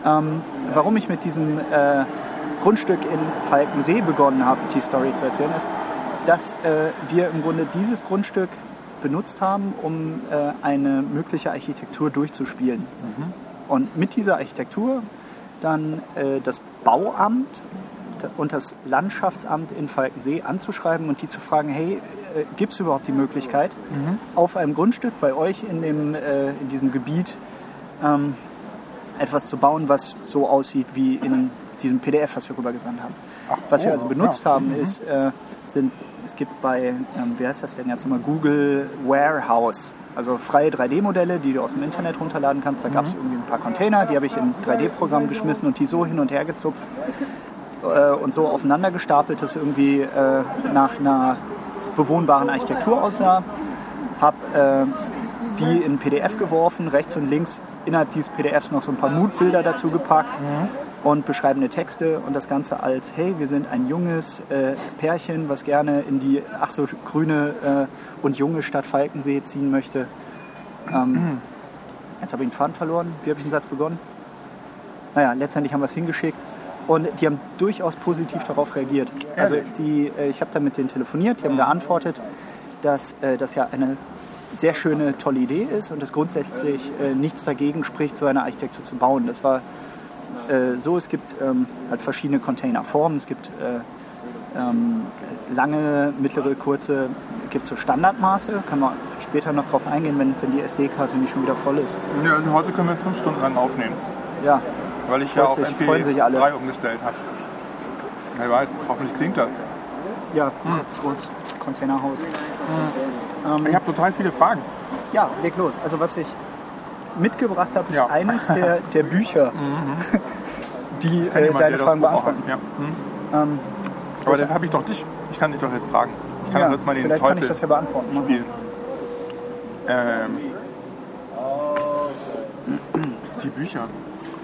[SPEAKER 1] Ähm, warum ich mit diesem äh, Grundstück in Falkensee begonnen habe, die Story zu erzählen, ist, dass äh, wir im Grunde dieses Grundstück benutzt haben, um äh, eine mögliche Architektur durchzuspielen. Und mit dieser Architektur dann äh, das Bauamt und das Landschaftsamt in Falkensee anzuschreiben und die zu fragen, hey, äh, gibt es überhaupt die Möglichkeit, auf einem Grundstück bei euch in, dem, äh, in diesem Gebiet ähm, etwas zu bauen, was so aussieht wie in diesem PDF, was wir rübergesandt haben. was wir
[SPEAKER 2] oh,
[SPEAKER 1] also benutzt
[SPEAKER 2] ja.
[SPEAKER 1] haben, ist, äh, sind, es gibt bei, ähm, wie heißt das denn jetzt nochmal, Google Warehouse, also freie 3D-Modelle, die du aus dem Internet runterladen kannst.
[SPEAKER 2] Mhm.
[SPEAKER 1] Da gab es irgendwie ein paar Container, die habe ich in ein 3D-Programm geschmissen und die so hin und her gezupft äh, und so aufeinander gestapelt, dass irgendwie äh, nach einer bewohnbaren Architektur aussah. Hab äh, die in PDF geworfen, rechts und links innerhalb dieses PDFs noch so ein paar Mutbilder dazu gepackt und beschreibende Texte und das Ganze als, hey, wir sind ein junges äh, Pärchen, was gerne in die ach so grüne äh, und junge Stadt Falkensee ziehen möchte. Ähm, jetzt habe ich den Faden verloren. Wie habe ich den Satz begonnen? Naja, letztendlich haben wir es hingeschickt und die haben durchaus positiv darauf reagiert. Also die, äh, ich habe da mit denen telefoniert, die haben geantwortet, dass äh, das ja eine sehr schöne, tolle Idee ist und dass grundsätzlich äh, nichts dagegen spricht, so eine Architektur zu bauen. Das war äh, so, es gibt ähm, halt verschiedene Containerformen, es gibt äh, ähm, lange, mittlere, kurze, gibt so Standardmaße, kann man später noch drauf eingehen, wenn, wenn die SD-Karte nicht schon wieder voll ist.
[SPEAKER 2] Ja, also heute können wir fünf Stunden lang aufnehmen,
[SPEAKER 1] Ja,
[SPEAKER 2] weil ich
[SPEAKER 1] Freut
[SPEAKER 2] ja auf
[SPEAKER 1] sich- freuen sich alle.
[SPEAKER 2] MP3 umgestellt habe. Wer weiß, hoffentlich klingt das.
[SPEAKER 1] Ja, kurz, kurz. Containerhaus. Ähm,
[SPEAKER 2] Ich habe total viele Fragen.
[SPEAKER 1] Ja, leg los. Also was ich mitgebracht habe, ist
[SPEAKER 2] Ja.
[SPEAKER 1] eines der, der
[SPEAKER 2] *laughs*
[SPEAKER 1] Bücher, die
[SPEAKER 2] Kann
[SPEAKER 1] äh,
[SPEAKER 2] jemand,
[SPEAKER 1] deine
[SPEAKER 2] der das
[SPEAKER 1] Fragen
[SPEAKER 2] Buch auch hat?
[SPEAKER 1] beantworten. Ähm,
[SPEAKER 2] Ja. Hm. Aber dafür habe ich doch dich. Ich kann dich doch jetzt fragen. Ich kann
[SPEAKER 1] Ja,
[SPEAKER 2] doch jetzt mal den
[SPEAKER 1] vielleicht kann
[SPEAKER 2] Teufel
[SPEAKER 1] ich das ja beantworten. Mach mal.
[SPEAKER 2] spielen. Ähm, die Bücher.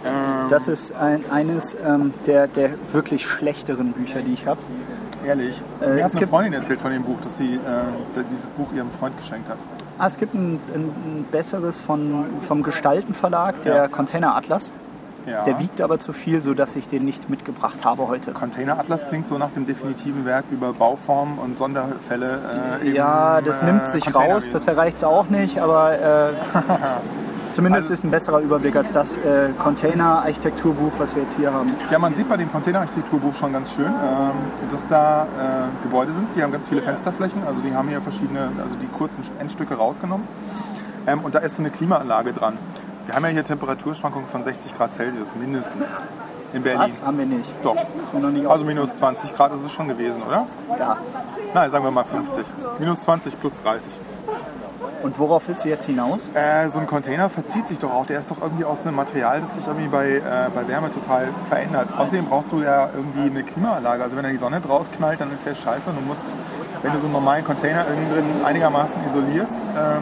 [SPEAKER 2] Ähm,
[SPEAKER 1] Das ist ein, eines ähm, der, der wirklich schlechteren Bücher, die ich habe.
[SPEAKER 2] ehrlich.
[SPEAKER 1] Äh,
[SPEAKER 2] Mir
[SPEAKER 1] es
[SPEAKER 2] hat eine
[SPEAKER 1] gibt-
[SPEAKER 2] Freundin erzählt von dem Buch, dass sie äh, dieses Buch ihrem Freund geschenkt hat.
[SPEAKER 1] Ah, es gibt ein, ein, ein besseres von, vom Gestaltenverlag, der
[SPEAKER 2] Ja. Ah.
[SPEAKER 1] Container Atlas.
[SPEAKER 2] Ja.
[SPEAKER 1] Der wiegt aber zu viel, sodass ich den nicht mitgebracht habe heute.
[SPEAKER 2] Containeratlas klingt so nach dem definitiven Werk über Bauformen und Sonderfälle. Äh,
[SPEAKER 1] Ja,
[SPEAKER 2] im,
[SPEAKER 1] das
[SPEAKER 2] äh,
[SPEAKER 1] nimmt sich raus,
[SPEAKER 2] Containerwesen.
[SPEAKER 1] das erreicht es auch nicht, aber
[SPEAKER 2] *laughs*
[SPEAKER 1] äh,
[SPEAKER 2] Also
[SPEAKER 1] zumindest ist ein besserer Überblick als das äh, Container-Architekturbuch, was wir jetzt hier haben.
[SPEAKER 2] Ja, man sieht bei dem Containerarchitekturbuch schon ganz schön, ähm, dass da äh, Gebäude sind, die haben ganz viele Fensterflächen, also die haben hier verschiedene, also die kurzen Endstücke rausgenommen. Ähm, und da ist so eine Klimaanlage dran. Wir haben ja hier Temperaturschwankungen von 60 Grad Celsius mindestens in Berlin.
[SPEAKER 1] Was haben wir nicht?
[SPEAKER 2] Doch.
[SPEAKER 1] Das ist mir noch nicht
[SPEAKER 2] Also minus 20 Grad ist es schon gewesen, oder?
[SPEAKER 1] da.
[SPEAKER 2] Nein, sagen wir mal 50. Minus 20 plus 30.
[SPEAKER 1] Also, Und worauf willst du jetzt hinaus?
[SPEAKER 2] Äh, so ein Container verzieht sich doch auch. Der ist doch irgendwie aus einem Material, das sich irgendwie bei, äh, bei Wärme total verändert. Außerdem brauchst du ja irgendwie eine Klimaanlage. Also wenn da die Sonne drauf knallt, dann ist der scheiße. Und du musst, wenn du so einen normalen Container innen drin einigermaßen isolierst, ähm,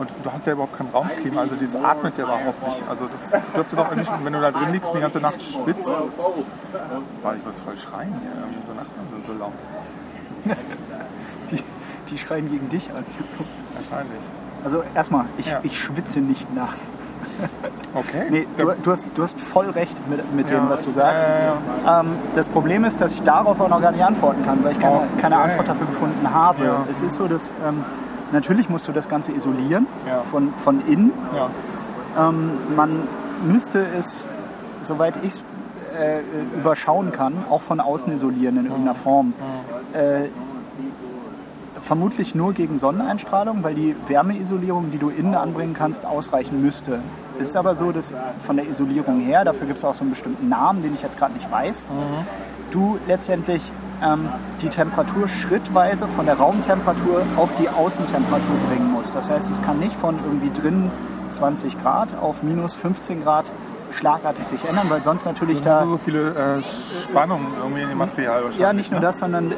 [SPEAKER 2] und du hast ja überhaupt kein Raumklima, also dieses atmet ja überhaupt nicht. Also das dürfte doch irgendwie schon, wenn du da drin liegst und die ganze Nacht schwitzt. Warte, ich muss voll schreien hier. Irgendwie unsere Nachbarn sind so laut.
[SPEAKER 1] Die, die schreien gegen dich an.
[SPEAKER 2] Wahrscheinlich.
[SPEAKER 1] Also erstmal, ich,
[SPEAKER 2] Ja.
[SPEAKER 1] ich schwitze nicht nachts.
[SPEAKER 2] Okay.
[SPEAKER 1] Nee,
[SPEAKER 2] Da-
[SPEAKER 1] du, du, hast, du hast voll recht mit, mit
[SPEAKER 2] Ja. äh.
[SPEAKER 1] dem, was du sagst.
[SPEAKER 2] Ja, ja, ja.
[SPEAKER 1] Ähm, das Problem ist, dass ich darauf auch noch gar nicht antworten kann, weil ich keine, keine
[SPEAKER 2] Okay.
[SPEAKER 1] Antwort dafür gefunden habe.
[SPEAKER 2] Ja.
[SPEAKER 1] Es ist so, dass ähm, natürlich musst du das Ganze isolieren
[SPEAKER 2] Ja.
[SPEAKER 1] von, von innen.
[SPEAKER 2] Ja.
[SPEAKER 1] Man müsste es, soweit ich es äh, überschauen kann, auch von außen isolieren in irgendeiner Form. Äh, vermutlich nur gegen Sonneneinstrahlung, weil die Wärmeisolierung, die du innen anbringen kannst, ausreichen müsste. Es ist aber so, dass von der Isolierung her, dafür gibt es auch so einen bestimmten Namen, den ich jetzt gerade nicht weiß, du letztendlich ähm, die Temperatur schrittweise von der Raumtemperatur auf die Außentemperatur bringen musst. Das heißt, es kann nicht von irgendwie drinnen 20 Grad auf minus 15 Grad schlagartig sich ändern, weil sonst natürlich da...
[SPEAKER 2] Also Das sind so viele äh, Spannungen irgendwie in dem Material wahrscheinlich.
[SPEAKER 1] Ja, nicht nur
[SPEAKER 2] ne?
[SPEAKER 1] das, sondern äh,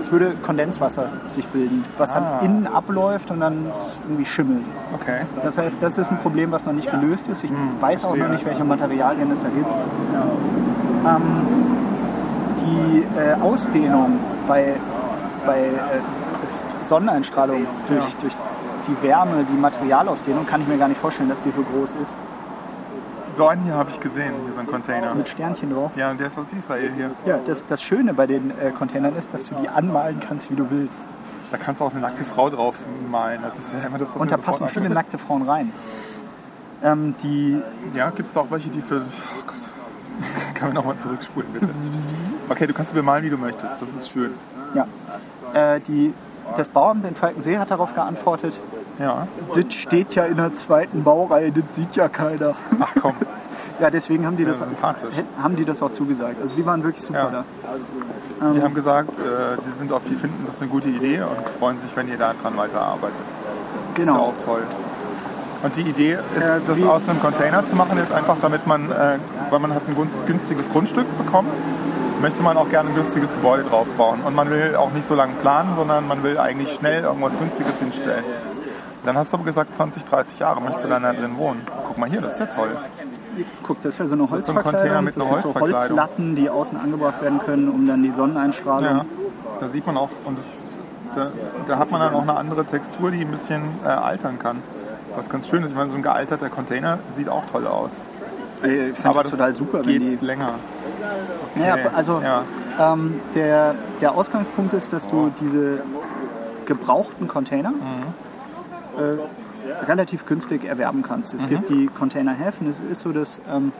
[SPEAKER 1] es würde Kondenswasser sich bilden, was
[SPEAKER 2] Ah.
[SPEAKER 1] dann innen abläuft und dann irgendwie schimmelt.
[SPEAKER 2] Okay.
[SPEAKER 1] Das heißt, das ist ein Problem, was noch nicht gelöst ist. Ich weiß auch noch
[SPEAKER 2] Hm, verstehe.
[SPEAKER 1] nicht, welche Materialien es da gibt. Ähm, die äh, Ausdehnung bei, bei äh, Sonneneinstrahlung durch, durch die Wärme, die Materialausdehnung, kann ich mir gar nicht vorstellen, dass die so groß ist.
[SPEAKER 2] So einen hier habe ich gesehen, hier so ein Container.
[SPEAKER 1] Mit Sternchen drauf.
[SPEAKER 2] Ja, und der ist aus Israel hier.
[SPEAKER 1] Ja, das, das Schöne bei den äh, Containern ist, dass du die anmalen kannst, wie du willst.
[SPEAKER 2] Da kannst du auch eine nackte Frau drauf malen. Das ist ja immer das, was
[SPEAKER 1] Und da
[SPEAKER 2] mir
[SPEAKER 1] passen
[SPEAKER 2] sofort
[SPEAKER 1] viele
[SPEAKER 2] einfällt.
[SPEAKER 1] nackte Frauen rein. Ähm, die,
[SPEAKER 2] Ja, gibt es auch welche, die für. Oh Gott. *laughs* Kann man nochmal zurückspulen, bitte. Okay, du kannst bemalen, wie du möchtest. Das ist schön.
[SPEAKER 1] ja, äh, die, das Bauamt in Falkensee hat darauf geantwortet,
[SPEAKER 2] Ja.
[SPEAKER 1] das steht ja in der zweiten Baureihe, das sieht ja keiner.
[SPEAKER 2] Ach komm.
[SPEAKER 1] *laughs* ja, deswegen haben die, das,
[SPEAKER 2] sympathisch.
[SPEAKER 1] haben die das auch zugesagt. Also die waren wirklich super
[SPEAKER 2] Ja.
[SPEAKER 1] da.
[SPEAKER 2] Die
[SPEAKER 1] Ähm.
[SPEAKER 2] haben gesagt, äh, sie sind auf, die finden das eine gute Idee und freuen sich, wenn ihr daran weiterarbeitet.
[SPEAKER 1] Genau.
[SPEAKER 2] Ist ja auch toll. Und die Idee ist,
[SPEAKER 1] Äh,
[SPEAKER 2] das
[SPEAKER 1] wie-
[SPEAKER 2] aus einem Container zu machen, ist einfach, damit man, äh, weil man hat ein gun- günstiges Grundstück bekommen, möchte man auch gerne ein günstiges Gebäude draufbauen. Und man will auch nicht so lange planen, sondern man will eigentlich schnell irgendwas Günstiges hinstellen. Dann hast du aber gesagt, 20, 30 Jahre möchtest du dann da drin wohnen. Guck mal hier, das ist ja toll.
[SPEAKER 1] Guck, das wäre so eine
[SPEAKER 2] ist so ein Container
[SPEAKER 1] Holzverkleidung.
[SPEAKER 2] mit
[SPEAKER 1] Das
[SPEAKER 2] einer
[SPEAKER 1] sind so
[SPEAKER 2] Holzverkleidung.
[SPEAKER 1] Holzlatten, die außen angebracht werden können, um dann die Sonneneinstrahlung.
[SPEAKER 2] Ja, da sieht man auch, und das, da, da hat man dann auch eine andere Textur, die ein bisschen äh, altern kann. Was ganz schön ist, ich meine, so ein gealterter Container sieht auch toll aus.
[SPEAKER 1] Äh, Ich fand das total super,
[SPEAKER 2] geht
[SPEAKER 1] wenn die
[SPEAKER 2] länger.
[SPEAKER 1] Naja,
[SPEAKER 2] Okay,
[SPEAKER 1] also
[SPEAKER 2] ja.
[SPEAKER 1] ähm, der, der Ausgangspunkt ist, dass du diese gebrauchten Container äh, relativ günstig erwerben kannst. Es gibt die Containerhäfen. Es ist so, dass, ähm,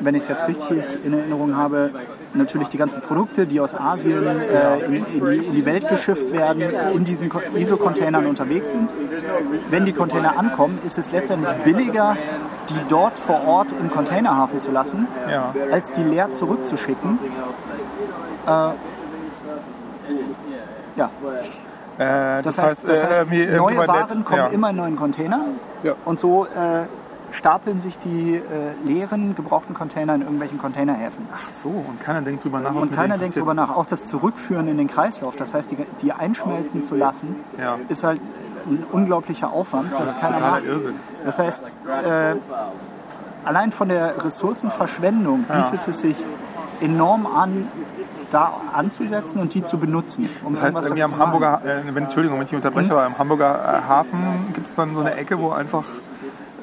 [SPEAKER 1] wenn ich es jetzt richtig in Erinnerung habe, natürlich die ganzen Produkte, die aus Asien äh, in, in, die, in die Welt geschifft werden, in diesen Ko- ISO-Containern unterwegs sind. Wenn die Container ankommen, ist es letztendlich billiger, die dort vor Ort im Containerhafen zu lassen,
[SPEAKER 2] Ja.
[SPEAKER 1] als die leer zurückzuschicken. Äh, ja,
[SPEAKER 2] Äh,
[SPEAKER 1] das, heißt, das heißt
[SPEAKER 2] äh, mir
[SPEAKER 1] neue
[SPEAKER 2] irgendjemand
[SPEAKER 1] Waren
[SPEAKER 2] letzt-
[SPEAKER 1] kommen
[SPEAKER 2] ja.
[SPEAKER 1] immer in neuen Container
[SPEAKER 2] Ja.
[SPEAKER 1] und so äh, stapeln sich die äh, leeren, gebrauchten Container in irgendwelchen Containerhäfen.
[SPEAKER 2] Ach so, und keiner denkt drüber nach, was
[SPEAKER 1] Und
[SPEAKER 2] mit
[SPEAKER 1] keiner
[SPEAKER 2] denen
[SPEAKER 1] denkt
[SPEAKER 2] passiert.
[SPEAKER 1] darüber nach. Auch das Zurückführen in den Kreislauf, das heißt, die, die einschmelzen zu lassen,
[SPEAKER 2] Ja.
[SPEAKER 1] ist halt ein unglaublicher Aufwand. Das,
[SPEAKER 2] ist
[SPEAKER 1] keiner
[SPEAKER 2] totaler
[SPEAKER 1] macht.
[SPEAKER 2] Irrsinn.
[SPEAKER 1] Das heißt, äh, allein von der Ressourcenverschwendung bietet es sich enorm an, da anzusetzen und die zu benutzen. Um
[SPEAKER 2] Das heißt,
[SPEAKER 1] irgendwas
[SPEAKER 2] irgendwie
[SPEAKER 1] damit Mhm.
[SPEAKER 2] am
[SPEAKER 1] zu machen.
[SPEAKER 2] Hamburger, äh, wenn, Entschuldigung, wenn ich unterbreche, aber am Hamburger äh, Hafen gibt es dann so eine Ecke, wo einfach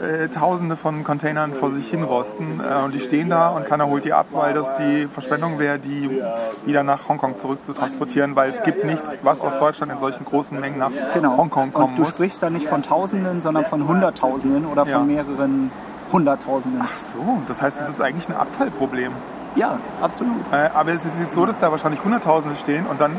[SPEAKER 2] äh, Tausende von Containern vor sich hin rosten äh, und die stehen da und keiner holt die ab, weil das die Verschwendung wäre, die wieder nach Hongkong zurückzutransportieren, weil es gibt nichts, was aus Deutschland in solchen großen Mengen nach
[SPEAKER 1] genau.
[SPEAKER 2] Hongkong kommen
[SPEAKER 1] Und du
[SPEAKER 2] muss.
[SPEAKER 1] sprichst da nicht von Tausenden, sondern von Hunderttausenden oder von
[SPEAKER 2] Ja.
[SPEAKER 1] mehreren Hunderttausenden.
[SPEAKER 2] Ach so, das heißt, es ist eigentlich ein Abfallproblem.
[SPEAKER 1] Ja, absolut.
[SPEAKER 2] Äh, aber es ist jetzt so, dass da wahrscheinlich Hunderttausende stehen und dann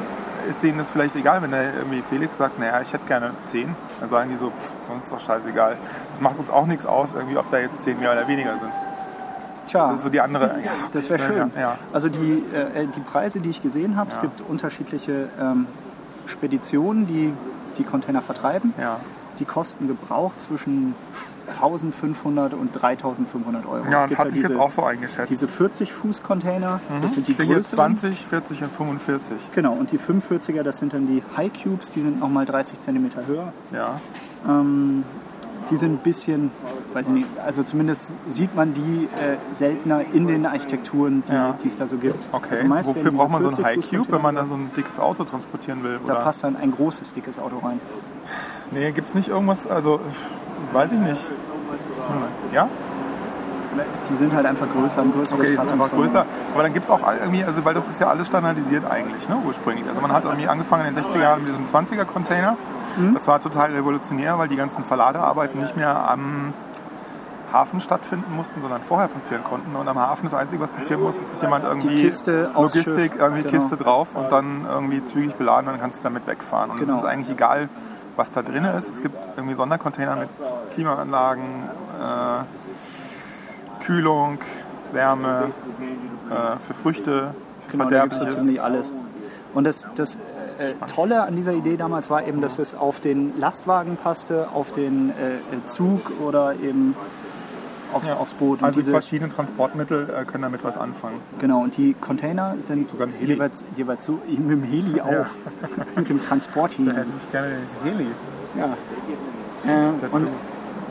[SPEAKER 2] ist denen das vielleicht egal, wenn der irgendwie Felix sagt, naja, ich hätte gerne zehn. Dann sagen die so, pff, sonst ist doch scheißegal. Das macht uns auch nichts aus, irgendwie, ob da jetzt zehn mehr oder weniger sind.
[SPEAKER 1] Tja.
[SPEAKER 2] Das ist so die andere. Ja,
[SPEAKER 1] Das wäre schön.
[SPEAKER 2] Ja, ja.
[SPEAKER 1] Also die, äh, die Preise, die ich gesehen habe, es
[SPEAKER 2] Ja.
[SPEAKER 1] gibt unterschiedliche ähm, Speditionen, die die Container vertreiben.
[SPEAKER 2] Ja.
[SPEAKER 1] Die kosten gebraucht zwischen 1500 und 3500 Euro.
[SPEAKER 2] Ja,
[SPEAKER 1] es gibt
[SPEAKER 2] und hatte ich
[SPEAKER 1] halt diese,
[SPEAKER 2] jetzt auch so eingeschätzt. Hm?
[SPEAKER 1] diese 40-Fuß-Container, das sind die
[SPEAKER 2] Ich sehe hier
[SPEAKER 1] größeren.
[SPEAKER 2] 20, 40 und 45.
[SPEAKER 1] Genau, und die 45er, das sind dann die High Cubes, die sind nochmal 30 cm höher.
[SPEAKER 2] Ja.
[SPEAKER 1] Ähm, die sind ein bisschen, weiß ich nicht, also zumindest sieht man die äh, seltener in den Architekturen, die
[SPEAKER 2] Ja.
[SPEAKER 1] die es da so gibt.
[SPEAKER 2] Okay.
[SPEAKER 1] Also meist
[SPEAKER 2] Wofür
[SPEAKER 1] werden diese
[SPEAKER 2] braucht man so einen
[SPEAKER 1] 40
[SPEAKER 2] High
[SPEAKER 1] Fuß
[SPEAKER 2] Cube, wenn man
[SPEAKER 1] Container-
[SPEAKER 2] da so ein dickes Auto transportieren will?
[SPEAKER 1] Da
[SPEAKER 2] oder?
[SPEAKER 1] passt dann ein großes, dickes Auto rein.
[SPEAKER 2] Nee, gibt es nicht irgendwas, also weiß ich nicht. Hm. Ja?
[SPEAKER 1] Die sind halt einfach größer und größer.
[SPEAKER 2] Okay, ist einfach größer. Aber dann gibt es auch all- irgendwie, also weil das ist ja alles standardisiert eigentlich, ne, ursprünglich. Also man hat irgendwie angefangen in den 60er Jahren mit diesem 20er-Container.
[SPEAKER 1] Mhm.
[SPEAKER 2] Das war total revolutionär, weil die ganzen Verladearbeiten nicht mehr am Hafen stattfinden mussten, sondern vorher passieren konnten. Und am Hafen das Einzige, was passieren muss, ist, dass jemand irgendwie
[SPEAKER 1] Kiste aufs
[SPEAKER 2] Logistik,
[SPEAKER 1] Schiff,
[SPEAKER 2] irgendwie
[SPEAKER 1] genau.
[SPEAKER 2] Kiste drauf und dann irgendwie zügig beladen, dann kannst du damit wegfahren. Und
[SPEAKER 1] Genau.
[SPEAKER 2] es ist eigentlich egal, was da drin ist. Es gibt irgendwie Sondercontainer mit Klimaanlagen, äh, Kühlung, Wärme, äh, für Früchte, für
[SPEAKER 1] Genau, da gibt es so
[SPEAKER 2] Verderbliches.
[SPEAKER 1] ziemlich alles. Und das, das äh, Tolle an dieser Idee damals war eben, dass es auf den Lastwagen passte, auf den äh, äh, Zug oder eben aufs, aufs Boot. Und
[SPEAKER 2] Also
[SPEAKER 1] diese-
[SPEAKER 2] verschiedene Transportmittel äh, können damit was anfangen.
[SPEAKER 1] Genau, und die Container sind
[SPEAKER 2] Sogar ein Heli.
[SPEAKER 1] jeweils, jeweils so, *laughs* mit dem Heli auch, *laughs* mit dem
[SPEAKER 2] *laughs*
[SPEAKER 1] Transportheli.
[SPEAKER 2] ich gerne Heli.
[SPEAKER 1] Ja.
[SPEAKER 2] dazu.
[SPEAKER 1] Äh, und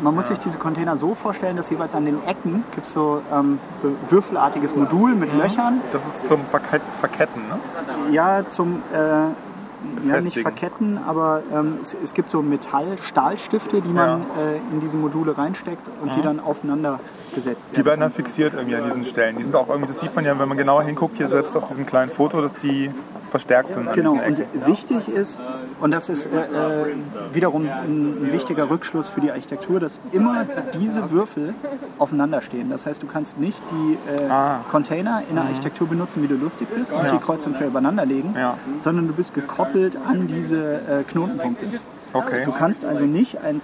[SPEAKER 1] man muss sich diese Container so vorstellen, dass jeweils an den Ecken gibt es so, ähm, so würfelartiges Modul mit Löchern.
[SPEAKER 2] Das ist zum Verket Verketten, ne?
[SPEAKER 1] Ja, zum, äh, ja nicht
[SPEAKER 2] Befestigen.
[SPEAKER 1] verketten, aber ähm, es, es gibt so Metall-Stahlstifte, die man äh, in diese Module reinsteckt und die dann aufeinander gesetzt werden.
[SPEAKER 2] Mhm. Die werden dann fixiert irgendwie an diesen Stellen. Die sind auch irgendwie, das sieht man ja, wenn man genauer hinguckt, hier selbst auf diesem kleinen Foto, dass die verstärkt sind an
[SPEAKER 1] Genau,
[SPEAKER 2] diesen
[SPEAKER 1] und
[SPEAKER 2] Ecken.
[SPEAKER 1] wichtig ist, und das ist äh, äh, wiederum ein wichtiger Rückschluss für die Architektur, dass immer diese Würfel aufeinander stehen. Das heißt, du kannst nicht die äh,
[SPEAKER 2] Ah.
[SPEAKER 1] Container in der Architektur benutzen, wie du lustig bist, und die kreuz und quer übereinander legen,
[SPEAKER 2] Ja.
[SPEAKER 1] sondern du bist gekoppelt an diese äh, Knotenpunkte.
[SPEAKER 2] Okay.
[SPEAKER 1] Du kannst also nicht einen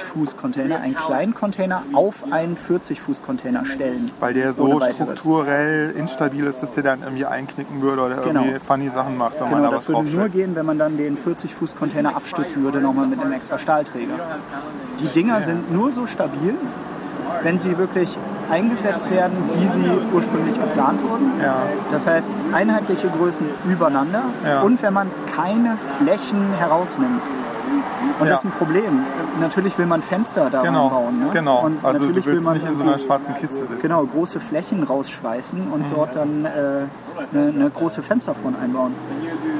[SPEAKER 1] 20-Fuß-Container, einen kleinen Container, auf einen 40-Fuß-Container stellen.
[SPEAKER 2] Weil der
[SPEAKER 1] ohne
[SPEAKER 2] so
[SPEAKER 1] weiteres.
[SPEAKER 2] strukturell instabil ist, dass der dann irgendwie einknicken würde oder
[SPEAKER 1] Genau.
[SPEAKER 2] irgendwie funny Sachen macht, wenn man ne?
[SPEAKER 1] Genau,
[SPEAKER 2] da was
[SPEAKER 1] das würde nur
[SPEAKER 2] draufstellt.
[SPEAKER 1] gehen, wenn man dann den 40-Fuß-Container abstützen würde, nochmal mit einem extra Stahlträger. Die Dinger sind nur so stabil, wenn sie wirklich eingesetzt werden, wie sie ursprünglich geplant wurden.
[SPEAKER 2] Ja.
[SPEAKER 1] Das heißt, einheitliche Größen übereinander
[SPEAKER 2] Ja.
[SPEAKER 1] und wenn man keine Flächen herausnimmt. Und das ist
[SPEAKER 2] Ja.
[SPEAKER 1] ein Problem. Natürlich will man Fenster da
[SPEAKER 2] Genau,
[SPEAKER 1] bauen. Ne?
[SPEAKER 2] genau.
[SPEAKER 1] Und
[SPEAKER 2] also du
[SPEAKER 1] natürlich
[SPEAKER 2] willst
[SPEAKER 1] will man
[SPEAKER 2] nicht in so einer
[SPEAKER 1] irgendwie-
[SPEAKER 2] schwarzen Kiste sitzen.
[SPEAKER 1] Genau, große Flächen rausschweißen und dort dann äh, eine, eine große Fensterfront einbauen.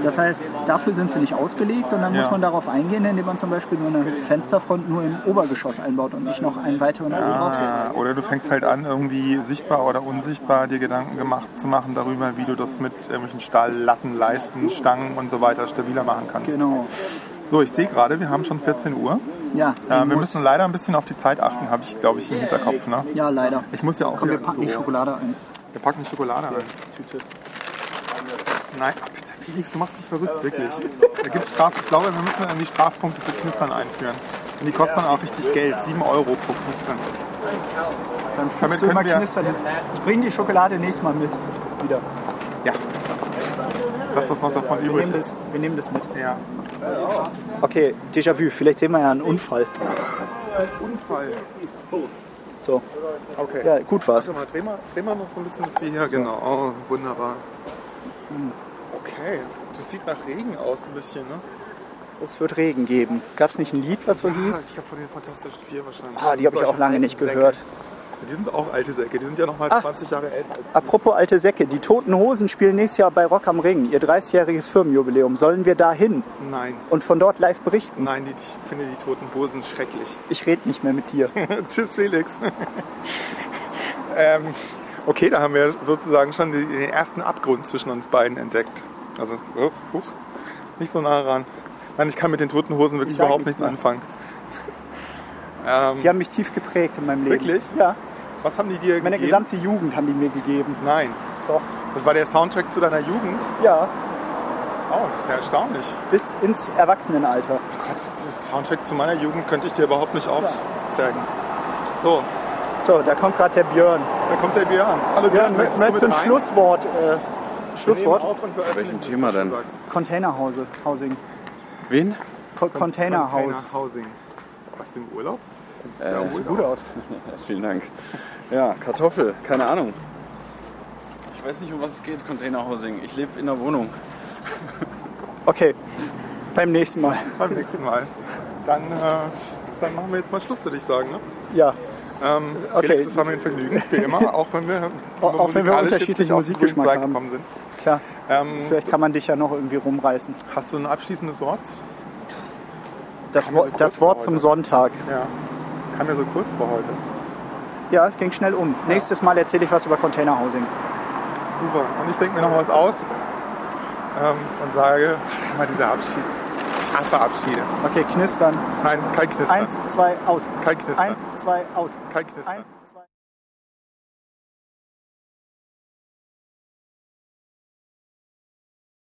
[SPEAKER 1] Das heißt, dafür sind sie nicht ausgelegt und dann
[SPEAKER 2] Ja.
[SPEAKER 1] muss man darauf eingehen, indem man zum Beispiel so eine Fensterfront nur im Obergeschoss einbaut und nicht noch einen weiteren oben draufsetzt.
[SPEAKER 2] Ah, Oder du fängst halt an, irgendwie sichtbar oder unsichtbar dir Gedanken gemacht zu machen darüber, wie du das mit irgendwelchen Stahllatten, Leisten, Stangen und so weiter stabiler machen kannst.
[SPEAKER 1] Genau.
[SPEAKER 2] So, ich sehe gerade, wir haben schon 14 Uhr.
[SPEAKER 1] Ja,
[SPEAKER 2] Äh, wir
[SPEAKER 1] muss-
[SPEAKER 2] müssen leider ein bisschen auf die Zeit achten, habe ich, glaube ich, im Hinterkopf. Ne?
[SPEAKER 1] ja leider.
[SPEAKER 2] Ich muss ja auch
[SPEAKER 1] Komm, wir
[SPEAKER 2] wieder
[SPEAKER 1] packen die
[SPEAKER 2] ins Büro.
[SPEAKER 1] Schokolade ein.
[SPEAKER 2] Wir packen die Schokolade rein. Nein, ach, bitte, Felix, du machst mich verrückt, wirklich. Da gibt's Straf, ich glaube, wir müssen irgendwie Strafpunkte für Knistern einführen. Und die kosten dann auch richtig Geld, 7 Euro pro Knistern.
[SPEAKER 1] Dann fühlst
[SPEAKER 2] Damit
[SPEAKER 1] du immer
[SPEAKER 2] können wir-
[SPEAKER 1] knistern jetzt. Ich bringe die Schokolade nächstes Mal mit. Wieder.
[SPEAKER 2] Ja. Das, was noch davon
[SPEAKER 1] Wir
[SPEAKER 2] übrig
[SPEAKER 1] nehmen
[SPEAKER 2] ist.
[SPEAKER 1] das, wir nehmen das mit.
[SPEAKER 2] Ja.
[SPEAKER 1] Okay, Déjà-vu. Vielleicht sehen wir ja einen Unfall.
[SPEAKER 2] Unfall.
[SPEAKER 1] So,
[SPEAKER 2] Okay.
[SPEAKER 1] ja, gut war's.
[SPEAKER 2] Warte mal, dreh mal, dreh mal noch so ein bisschen das Bier hier. Genau, oh, wunderbar.
[SPEAKER 1] Hm.
[SPEAKER 2] Okay, das sieht nach Regen aus ein bisschen, ne?
[SPEAKER 1] Es wird Regen geben. Gab es nicht ein Lied, was so
[SPEAKER 2] Ah,
[SPEAKER 1] hieß?
[SPEAKER 2] ich habe von den Fantastischen Vier wahrscheinlich.
[SPEAKER 1] Ah, die habe ich auch
[SPEAKER 2] Solche
[SPEAKER 1] lange
[SPEAKER 2] alten
[SPEAKER 1] nicht
[SPEAKER 2] Säcke.
[SPEAKER 1] gehört. Ah.
[SPEAKER 2] Die sind auch alte Säcke, die sind ja noch mal 20 Jahre älter als
[SPEAKER 1] Apropos alte Säcke, die Toten Hosen spielen nächstes Jahr bei Rock am Ring, ihr 30-jähriges Firmenjubiläum. Sollen wir da hin
[SPEAKER 2] Nein,
[SPEAKER 1] und von dort live berichten?
[SPEAKER 2] nein, die, ich finde die toten Hosen schrecklich.
[SPEAKER 1] Ich rede nicht mehr mit dir.
[SPEAKER 2] *laughs* Tschüss, Felix. ähm, okay, da haben wir sozusagen schon die- den ersten Abgrund zwischen uns beiden entdeckt. Also, oh, huch, nicht so nah ran. Nein, ich kann mit den toten Hosen
[SPEAKER 1] Ich
[SPEAKER 2] wirklich
[SPEAKER 1] sag
[SPEAKER 2] überhaupt
[SPEAKER 1] nichts
[SPEAKER 2] nichts
[SPEAKER 1] mehr.
[SPEAKER 2] anfangen. Ähm,
[SPEAKER 1] Die haben mich tief geprägt in meinem Leben.
[SPEAKER 2] Wirklich?
[SPEAKER 1] Ja.
[SPEAKER 2] was haben die dir gegeben?
[SPEAKER 1] Meine gesamte Jugend haben die mir gegeben.
[SPEAKER 2] Nein,
[SPEAKER 1] Doch.
[SPEAKER 2] das war der Soundtrack zu deiner Jugend.
[SPEAKER 1] Ja,
[SPEAKER 2] Oh, das ist ja erstaunlich.
[SPEAKER 1] bis ins Erwachsenenalter.
[SPEAKER 2] Oh Gott, das Soundtrack zu meiner Jugend könnte ich dir überhaupt nicht aufzeigen. So,
[SPEAKER 1] So, da kommt gerade der Björn.
[SPEAKER 2] da kommt der Björn. Hallo
[SPEAKER 1] Björn, mö- möchtest du ein
[SPEAKER 2] rein?
[SPEAKER 1] Schlusswort? Äh,
[SPEAKER 2] Wir nehmen
[SPEAKER 1] Schlusswort?
[SPEAKER 2] auf und wir öffnen
[SPEAKER 5] welchem
[SPEAKER 2] das,
[SPEAKER 5] Thema
[SPEAKER 2] was du
[SPEAKER 5] denn?
[SPEAKER 2] sagst.
[SPEAKER 1] Containerhause, Housing.
[SPEAKER 5] Wen?
[SPEAKER 1] Co Containerhaus.
[SPEAKER 2] Container Housing. Warst du im Urlaub?
[SPEAKER 5] Äh,
[SPEAKER 1] Sieht gut aus.
[SPEAKER 5] vielen Dank. Ja, Kartoffel, keine Ahnung. Ich weiß nicht, um was es geht, Containerhousing. Ich lebe in der Wohnung.
[SPEAKER 1] Okay, beim nächsten Mal.
[SPEAKER 2] Beim nächsten Mal. Dann, äh, dann machen wir jetzt mal Schluss, würde ich sagen. Ne?
[SPEAKER 1] Ja,
[SPEAKER 2] Ähm,
[SPEAKER 1] Okay.
[SPEAKER 2] Felix, das war mir ein Vergnügen, wie immer, *laughs* auch wenn wir,
[SPEAKER 1] Auch- auch wenn wir
[SPEAKER 2] musikalisch
[SPEAKER 1] unterschiedlichen
[SPEAKER 2] jetzt nicht auf den
[SPEAKER 1] Musikgeschmack
[SPEAKER 2] grünen Zweig
[SPEAKER 1] haben.
[SPEAKER 2] gekommen sind.
[SPEAKER 1] tja,
[SPEAKER 2] Ähm,
[SPEAKER 1] vielleicht kann man dich ja noch irgendwie rumreißen.
[SPEAKER 2] hast du ein abschließendes Wort?
[SPEAKER 1] Das,
[SPEAKER 2] Kann man
[SPEAKER 1] Wo
[SPEAKER 2] so kurz
[SPEAKER 1] das Wort
[SPEAKER 2] vor
[SPEAKER 1] zum
[SPEAKER 2] heute.
[SPEAKER 1] Sonntag.
[SPEAKER 2] Ja. Kam ja so kurz vor heute.
[SPEAKER 1] Ja, es ging schnell um. Nächstes Mal erzähle ich was über Containerhousing.
[SPEAKER 2] Super. Und ich denke mir noch was aus ähm, und sage, immer diese Abschieds... Hasse Abschiede.
[SPEAKER 1] Okay, knistern.
[SPEAKER 2] Nein, kein Knistern.
[SPEAKER 1] Eins, zwei, aus.
[SPEAKER 2] Kein Knistern.
[SPEAKER 1] Eins, zwei, aus.
[SPEAKER 2] Kein Knistern.
[SPEAKER 1] Eins, zwei.